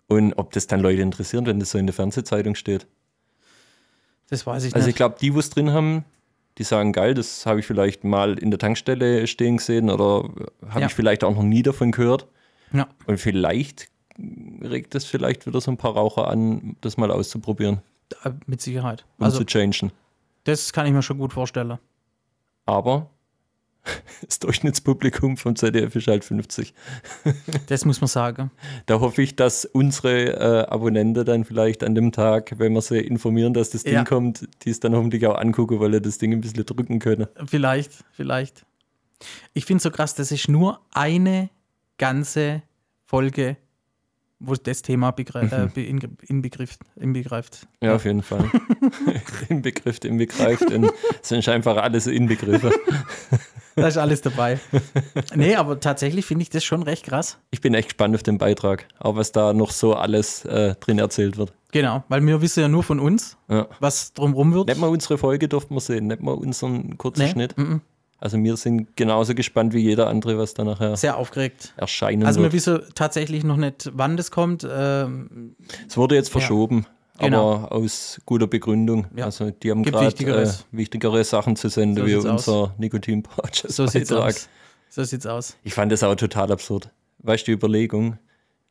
[SPEAKER 2] Und ob das dann Leute interessiert, wenn das so in der Fernsehzeitung steht.
[SPEAKER 3] Das weiß ich
[SPEAKER 2] Also ich
[SPEAKER 3] nicht.
[SPEAKER 2] glaube, die, wo es drin haben, die sagen, geil, das habe ich vielleicht mal in der Tankstelle stehen gesehen oder habe
[SPEAKER 3] Ja.
[SPEAKER 2] ich vielleicht auch noch nie davon gehört.
[SPEAKER 3] Ja.
[SPEAKER 2] Und vielleicht regt das vielleicht wieder so ein paar Raucher an, das mal auszuprobieren
[SPEAKER 3] Äh, Mit Sicherheit.
[SPEAKER 2] und zu changen.
[SPEAKER 3] Das kann ich mir schon gut vorstellen.
[SPEAKER 2] Aber [LAUGHS] das Durchschnittspublikum vom ZDF ist halt 50.
[SPEAKER 3] Das muss man sagen.
[SPEAKER 2] Da hoffe ich, dass unsere äh, Abonnenten dann vielleicht an dem Tag, wenn wir sie informieren, dass das Ding
[SPEAKER 3] Ja.
[SPEAKER 2] kommt, die es dann hoffentlich auch angucken, weil sie das Ding ein bisschen drücken können.
[SPEAKER 3] Vielleicht, vielleicht. Ich finde so krass, das ist nur eine ganze Folge, wo das Thema begre
[SPEAKER 2] Mhm.
[SPEAKER 3] äh, be- in- inbegrifft, inbegreift.
[SPEAKER 2] Ja, auf jeden
[SPEAKER 3] [LAUGHS]
[SPEAKER 2] Fall. Im Begriff, im Begriff. Und es sind einfach alles Inbegriffe.
[SPEAKER 3] Da ist
[SPEAKER 2] [LAUGHS]
[SPEAKER 3] alles dabei. nee, aber tatsächlich finde ich das schon recht krass.
[SPEAKER 2] Ich bin echt gespannt auf den Beitrag, auch was da noch so alles äh, drin erzählt wird.
[SPEAKER 3] Genau, weil wir wissen ja nur von uns,
[SPEAKER 2] Ja.
[SPEAKER 3] was drumrum wird.
[SPEAKER 2] Nicht mal unsere Folge durften wir sehen, nicht mal unseren kurzen
[SPEAKER 3] Nee,
[SPEAKER 2] Schnitt.
[SPEAKER 3] mhm.
[SPEAKER 2] Also wir sind genauso gespannt wie jeder andere, was da nachher
[SPEAKER 3] Sehr aufgeregt.
[SPEAKER 2] erscheinen
[SPEAKER 3] Also wir
[SPEAKER 2] wird.
[SPEAKER 3] wissen tatsächlich noch nicht, wann das kommt. Ähm,
[SPEAKER 2] Es wurde jetzt verschoben,
[SPEAKER 3] Genau.
[SPEAKER 2] aber aus guter Begründung.
[SPEAKER 3] Ja.
[SPEAKER 2] Also die haben
[SPEAKER 3] Gibt
[SPEAKER 2] gerade äh,
[SPEAKER 3] Wichtigeres.
[SPEAKER 2] wichtigere Sachen zu senden,
[SPEAKER 3] So
[SPEAKER 2] wie
[SPEAKER 3] sieht's aus.
[SPEAKER 2] unser nicotin pouches
[SPEAKER 3] so sieht's aus. So sieht's aus.
[SPEAKER 2] Ich fand das auch total absurd. Weißt du, die Überlegung,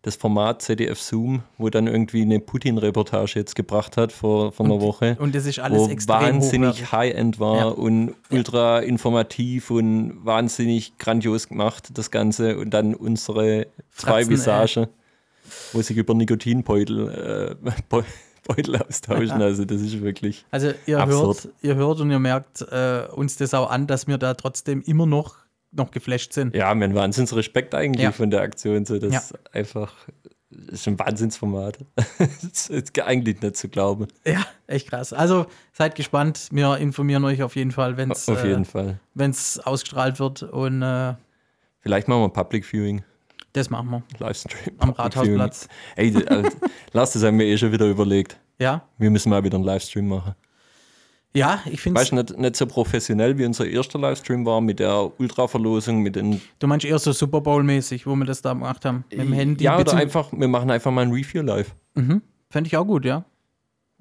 [SPEAKER 2] das Format ZDF Zoom, wo dann irgendwie eine Putin-Reportage jetzt gebracht hat vor, vor einer Woche,
[SPEAKER 3] Und das ist alles
[SPEAKER 2] wo
[SPEAKER 3] extrem hochwertig.
[SPEAKER 2] wahnsinnig high-end war
[SPEAKER 3] Ja.
[SPEAKER 2] und ultra informativ und wahnsinnig grandios gemacht, das Ganze. Und dann unsere zwei
[SPEAKER 3] Fratzen,
[SPEAKER 2] Visage, wo sich über Nikotinbeutel äh, [LAUGHS] Beu- Beutel austauschen. Also das ist wirklich
[SPEAKER 3] Also ihr
[SPEAKER 2] Absurd.
[SPEAKER 3] hört, ihr hört und ihr merkt äh, uns das auch an, dass wir da trotzdem immer noch, noch geflasht sind.
[SPEAKER 2] Ja, mein Wahnsinnsrespekt eigentlich
[SPEAKER 3] Ja.
[SPEAKER 2] von der Aktion. So, das
[SPEAKER 3] Ja.
[SPEAKER 2] ist einfach das ist ein Wahnsinnsformat. [LAUGHS] das ist eigentlich nicht zu glauben.
[SPEAKER 3] Ja. echt krass. Also seid gespannt. Wir informieren euch auf jeden Fall, wenn es
[SPEAKER 2] Auf jeden Fall.
[SPEAKER 3] wenn's ausgestrahlt wird. Und äh,
[SPEAKER 2] Vielleicht machen wir Public Viewing,
[SPEAKER 3] das machen wir.
[SPEAKER 2] Livestream.
[SPEAKER 3] Am
[SPEAKER 2] Public
[SPEAKER 3] Rathausplatz.
[SPEAKER 2] Viewing. Ey,
[SPEAKER 3] [LAUGHS]
[SPEAKER 2] äh, Lars, das haben wir eh schon wieder überlegt.
[SPEAKER 3] Ja,
[SPEAKER 2] Wir müssen mal wieder einen Livestream machen.
[SPEAKER 3] ja ich finde
[SPEAKER 2] Weißt du, nicht, nicht so professionell wie unser erster Livestream war mit der Ultraverlosung, mit den.
[SPEAKER 3] Du meinst eher so Super Bowl-mäßig, wo wir das da gemacht haben. Mit dem Handy.
[SPEAKER 2] Ja, oder
[SPEAKER 3] Bezieh-
[SPEAKER 2] einfach, wir machen einfach mal ein Review live.
[SPEAKER 3] Mhm. Fände ich auch gut, ja.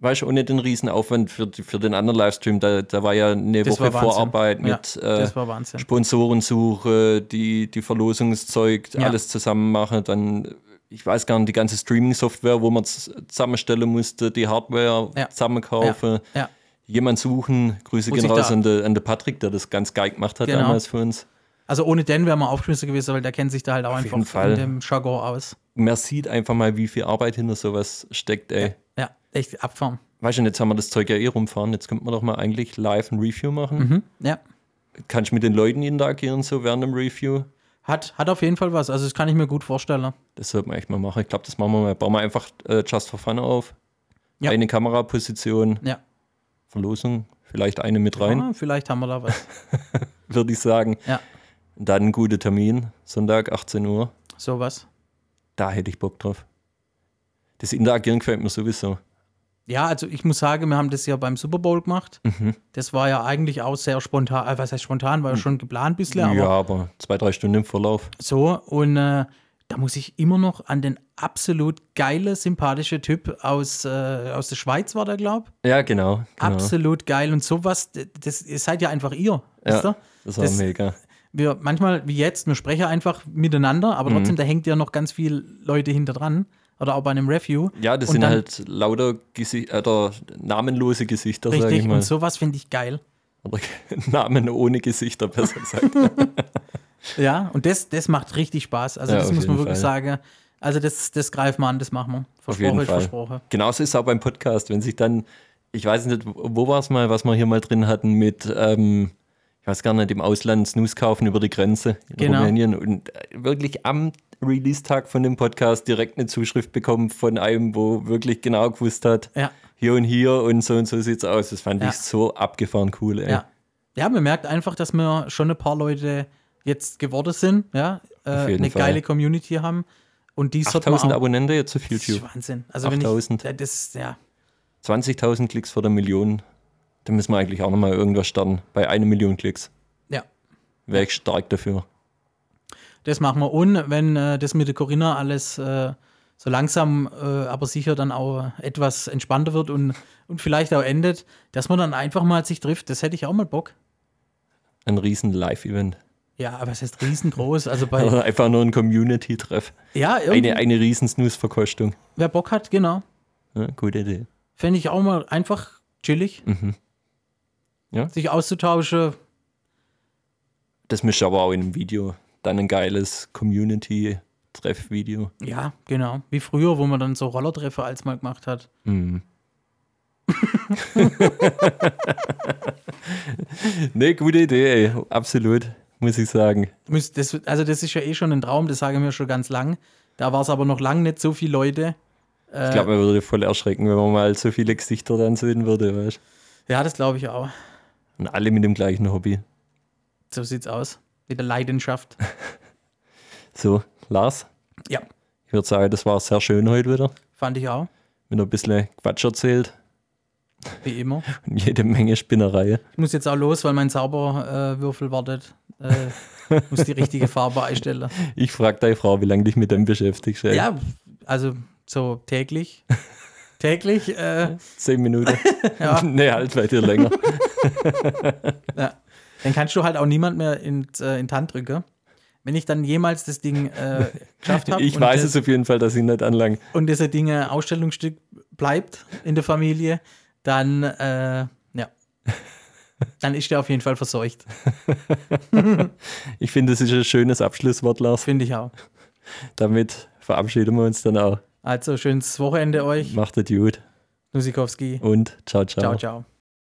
[SPEAKER 2] Weißt du, ohne den riesen Aufwand für, die- für den anderen Livestream, da, da war ja eine
[SPEAKER 3] Das
[SPEAKER 2] Woche
[SPEAKER 3] war Wahnsinn.
[SPEAKER 2] Vorarbeit
[SPEAKER 3] Ja,
[SPEAKER 2] mit äh,
[SPEAKER 3] das war Wahnsinn.
[SPEAKER 2] Sponsorensuche, die, die Verlosungszeug,
[SPEAKER 3] Ja.
[SPEAKER 2] alles zusammen machen, dann, ich weiß gar nicht, die ganze Streaming-Software, wo man z- zusammenstellen musste, die Hardware
[SPEAKER 3] Ja.
[SPEAKER 2] zusammenkaufen,
[SPEAKER 3] Ja,
[SPEAKER 2] jemand suchen. Grüße
[SPEAKER 3] Muss
[SPEAKER 2] gehen
[SPEAKER 3] ich
[SPEAKER 2] raus
[SPEAKER 3] da-
[SPEAKER 2] an den an de Patrick, der das ganz geil gemacht hat
[SPEAKER 3] Genau.
[SPEAKER 2] damals für uns.
[SPEAKER 3] also ohne den wäre man aufgeschmissen gewesen, weil der kennt sich da halt auch einfach
[SPEAKER 2] jeden Fall.
[SPEAKER 3] in dem Jargon aus.
[SPEAKER 2] Man sieht einfach mal, wie viel Arbeit hinter sowas steckt, ey.
[SPEAKER 3] Ja, echt Abform.
[SPEAKER 2] Weißt du, und jetzt haben wir das Zeug ja eh rumfahren, jetzt könnte man doch mal eigentlich live ein Review machen.
[SPEAKER 3] Mhm. Ja.
[SPEAKER 2] Kannst mit den Leuten interagieren, so während dem Review.
[SPEAKER 3] Hat, hat auf jeden Fall was. Also, das kann ich mir gut vorstellen.
[SPEAKER 2] Das sollte man echt mal machen. Ich glaube, das machen wir mal. Bauen wir einfach äh, Just for Fun auf.
[SPEAKER 3] Ja.
[SPEAKER 2] Eine Kameraposition,
[SPEAKER 3] Ja.
[SPEAKER 2] Verlosung, vielleicht eine mit rein,
[SPEAKER 3] Ah, vielleicht haben wir da was.
[SPEAKER 2] würde ich sagen.
[SPEAKER 3] Ja.
[SPEAKER 2] Dann ein guter Termin, Sonntag 18 Uhr.
[SPEAKER 3] Sowas.
[SPEAKER 2] Da hätte ich Bock drauf. Das Interagieren gefällt mir sowieso.
[SPEAKER 3] Ja, also ich muss sagen, wir haben das ja beim Super Bowl gemacht.
[SPEAKER 2] Mhm.
[SPEAKER 3] Das war ja eigentlich auch sehr spontan. Äh, was heißt spontan? War ja schon geplant bisher,
[SPEAKER 2] Ja,
[SPEAKER 3] aber
[SPEAKER 2] aber zwei, drei Stunden im Vorlauf.
[SPEAKER 3] so. Und äh, da muss ich immer noch an den absolut geile, sympathische Typ aus, äh, aus der Schweiz war der, glaube
[SPEAKER 2] Ja, genau. genau.
[SPEAKER 3] Absolut geil. Und sowas, d- das ihr seid ja einfach ihr. wisst
[SPEAKER 2] Ja,
[SPEAKER 3] ihr?
[SPEAKER 2] das war
[SPEAKER 3] Das-
[SPEAKER 2] mega.
[SPEAKER 3] wir manchmal, wie jetzt, wir sprechen einfach miteinander,
[SPEAKER 2] Mhm.
[SPEAKER 3] aber trotzdem, da hängt ja noch ganz viel Leute hinter dran. Oder auch bei einem Review.
[SPEAKER 2] Ja, das
[SPEAKER 3] Und
[SPEAKER 2] sind
[SPEAKER 3] dann-
[SPEAKER 2] halt lauter Gesicht oder namenlose Gesichter, sage ich
[SPEAKER 3] Richtig,
[SPEAKER 2] mal.
[SPEAKER 3] und sowas finde ich geil.
[SPEAKER 2] Oder [LAUGHS] Namen ohne Gesichter, besser gesagt.
[SPEAKER 3] Ja, und das, das macht richtig Spaß. Also,
[SPEAKER 2] Ja,
[SPEAKER 3] das
[SPEAKER 2] auf
[SPEAKER 3] muss man
[SPEAKER 2] jeden
[SPEAKER 3] wirklich sagen. Also, das, das greifen wir an, das machen wir.
[SPEAKER 2] Auf jeden
[SPEAKER 3] Versprochen ist
[SPEAKER 2] Fall.
[SPEAKER 3] versprochen.
[SPEAKER 2] Genauso ist es auch beim Podcast, wenn sich dann, ich weiß nicht, wo war es mal, was wir hier mal drin hatten mit, ähm, ich weiß gar nicht, im Ausland Snus kaufen über die Grenze in
[SPEAKER 3] Genau.
[SPEAKER 2] Rumänien und äh, wirklich am Release-Tag von dem Podcast direkt eine Zuschrift bekommen von einem, wo wirklich genau gewusst hat,
[SPEAKER 3] Ja.
[SPEAKER 2] hier und hier und so und so sieht's aus. Das fand
[SPEAKER 3] Ja.
[SPEAKER 2] ich so abgefahren cool, ey.
[SPEAKER 3] Ja. ja, man merkt einfach, dass wir schon ein paar Leute jetzt geworden sind. Ja, äh,
[SPEAKER 2] jeden
[SPEAKER 3] eine
[SPEAKER 2] Fall.
[SPEAKER 3] geile Community haben. Und die sollte man
[SPEAKER 2] 8000
[SPEAKER 3] auch.
[SPEAKER 2] Abonnenten jetzt auf
[SPEAKER 3] Das ist
[SPEAKER 2] YouTube.
[SPEAKER 3] Wahnsinn. Also, wenn
[SPEAKER 2] 8000.
[SPEAKER 3] ich. Das, ja.
[SPEAKER 2] 20.000 Klicks vor der Million. Da müssen wir eigentlich auch nochmal irgendwas starten. Bei einer Million Klicks.
[SPEAKER 3] Ja,
[SPEAKER 2] Wäre ich stark dafür.
[SPEAKER 3] Das machen wir. Und wenn äh, das mit der Corinna alles äh, so langsam, äh, aber sicher dann auch etwas entspannter wird und, und vielleicht auch endet, dass man dann einfach mal sich trifft, das hätte ich auch mal Bock.
[SPEAKER 2] Ein riesen Live-Event.
[SPEAKER 3] Ja, aber es ist riesengroß. Also bei.
[SPEAKER 2] Also einfach nur ein Community-Treff.
[SPEAKER 3] ja, irgendwie,
[SPEAKER 2] Eine, eine riesen Snooze-Verkostung.
[SPEAKER 3] wer Bock hat, genau.
[SPEAKER 2] Ja, gute Idee. Mhm.
[SPEAKER 3] Fände ich auch mal einfach chillig.
[SPEAKER 2] Ja.
[SPEAKER 3] Sich auszutauschen.
[SPEAKER 2] Das mischt aber auch in einem Video. Dann ein geiles Community-Treff-Video.
[SPEAKER 3] Ja, genau. Wie früher, wo man dann so Rollertreffer als mal gemacht hat.
[SPEAKER 2] Mhm. [LAUGHS] Ne, gute Idee, ey. Absolut, muss ich sagen.
[SPEAKER 3] Müsst- Das, also, das ist ja eh schon ein Traum, das sage ich mir schon ganz lang. Da war es aber noch lang nicht so viele Leute.
[SPEAKER 2] Ich glaube, man würde voll erschrecken, wenn man mal so viele Gesichter dann sehen würde, weißt
[SPEAKER 3] Ja, das glaube ich auch.
[SPEAKER 2] Und alle mit dem gleichen Hobby.
[SPEAKER 3] So sieht's aus. Mit der Leidenschaft.
[SPEAKER 2] So, Lars,
[SPEAKER 3] Ja,
[SPEAKER 2] ich würde sagen, das war sehr schön heute wieder.
[SPEAKER 3] fand ich auch.
[SPEAKER 2] Wenn ein bisschen Quatsch erzählt [LAUGHS]
[SPEAKER 3] Wie immer.
[SPEAKER 2] und jede Menge Spinnerei.
[SPEAKER 3] Ich muss jetzt auch los, weil mein Zauberwürfel wartet.
[SPEAKER 2] [LAUGHS]
[SPEAKER 3] Äh, muss die richtige Farbe einstellen.
[SPEAKER 2] Ich frage deine Frau, wie lange dich mit dem beschäftigst. Ey.
[SPEAKER 3] Ja, also so
[SPEAKER 2] [LAUGHS]
[SPEAKER 3] täglich. täglich. Äh,
[SPEAKER 2] Zehn Minuten.
[SPEAKER 3] [LAUGHS] Ja.
[SPEAKER 2] [LAUGHS] Nee, halt bei dir
[SPEAKER 3] [LAUGHS]
[SPEAKER 2] länger.
[SPEAKER 3] ja. Dann kannst du halt auch niemand mehr in, äh, in die Hand drücken. Wenn ich dann jemals das Ding äh,
[SPEAKER 2] [LAUGHS]
[SPEAKER 3] geschafft habe
[SPEAKER 2] Ich
[SPEAKER 3] und,
[SPEAKER 2] weiß
[SPEAKER 3] das-
[SPEAKER 2] es auf jeden Fall, dass ich nicht anlang.
[SPEAKER 3] und diese Dinge Ausstellungsstück bleibt in der Familie, dann äh,
[SPEAKER 2] [LAUGHS]
[SPEAKER 3] ja, dann ist der auf jeden Fall verseucht,
[SPEAKER 2] Ich finde, das ist ein schönes Abschlusswort, Lars.
[SPEAKER 3] finde ich auch.
[SPEAKER 2] Damit verabschieden wir uns dann auch.
[SPEAKER 3] Also schönes Wochenende euch,
[SPEAKER 2] Macht es gut
[SPEAKER 3] Nusikowski.
[SPEAKER 2] und ciao, ciao.
[SPEAKER 3] Ciao, ciao.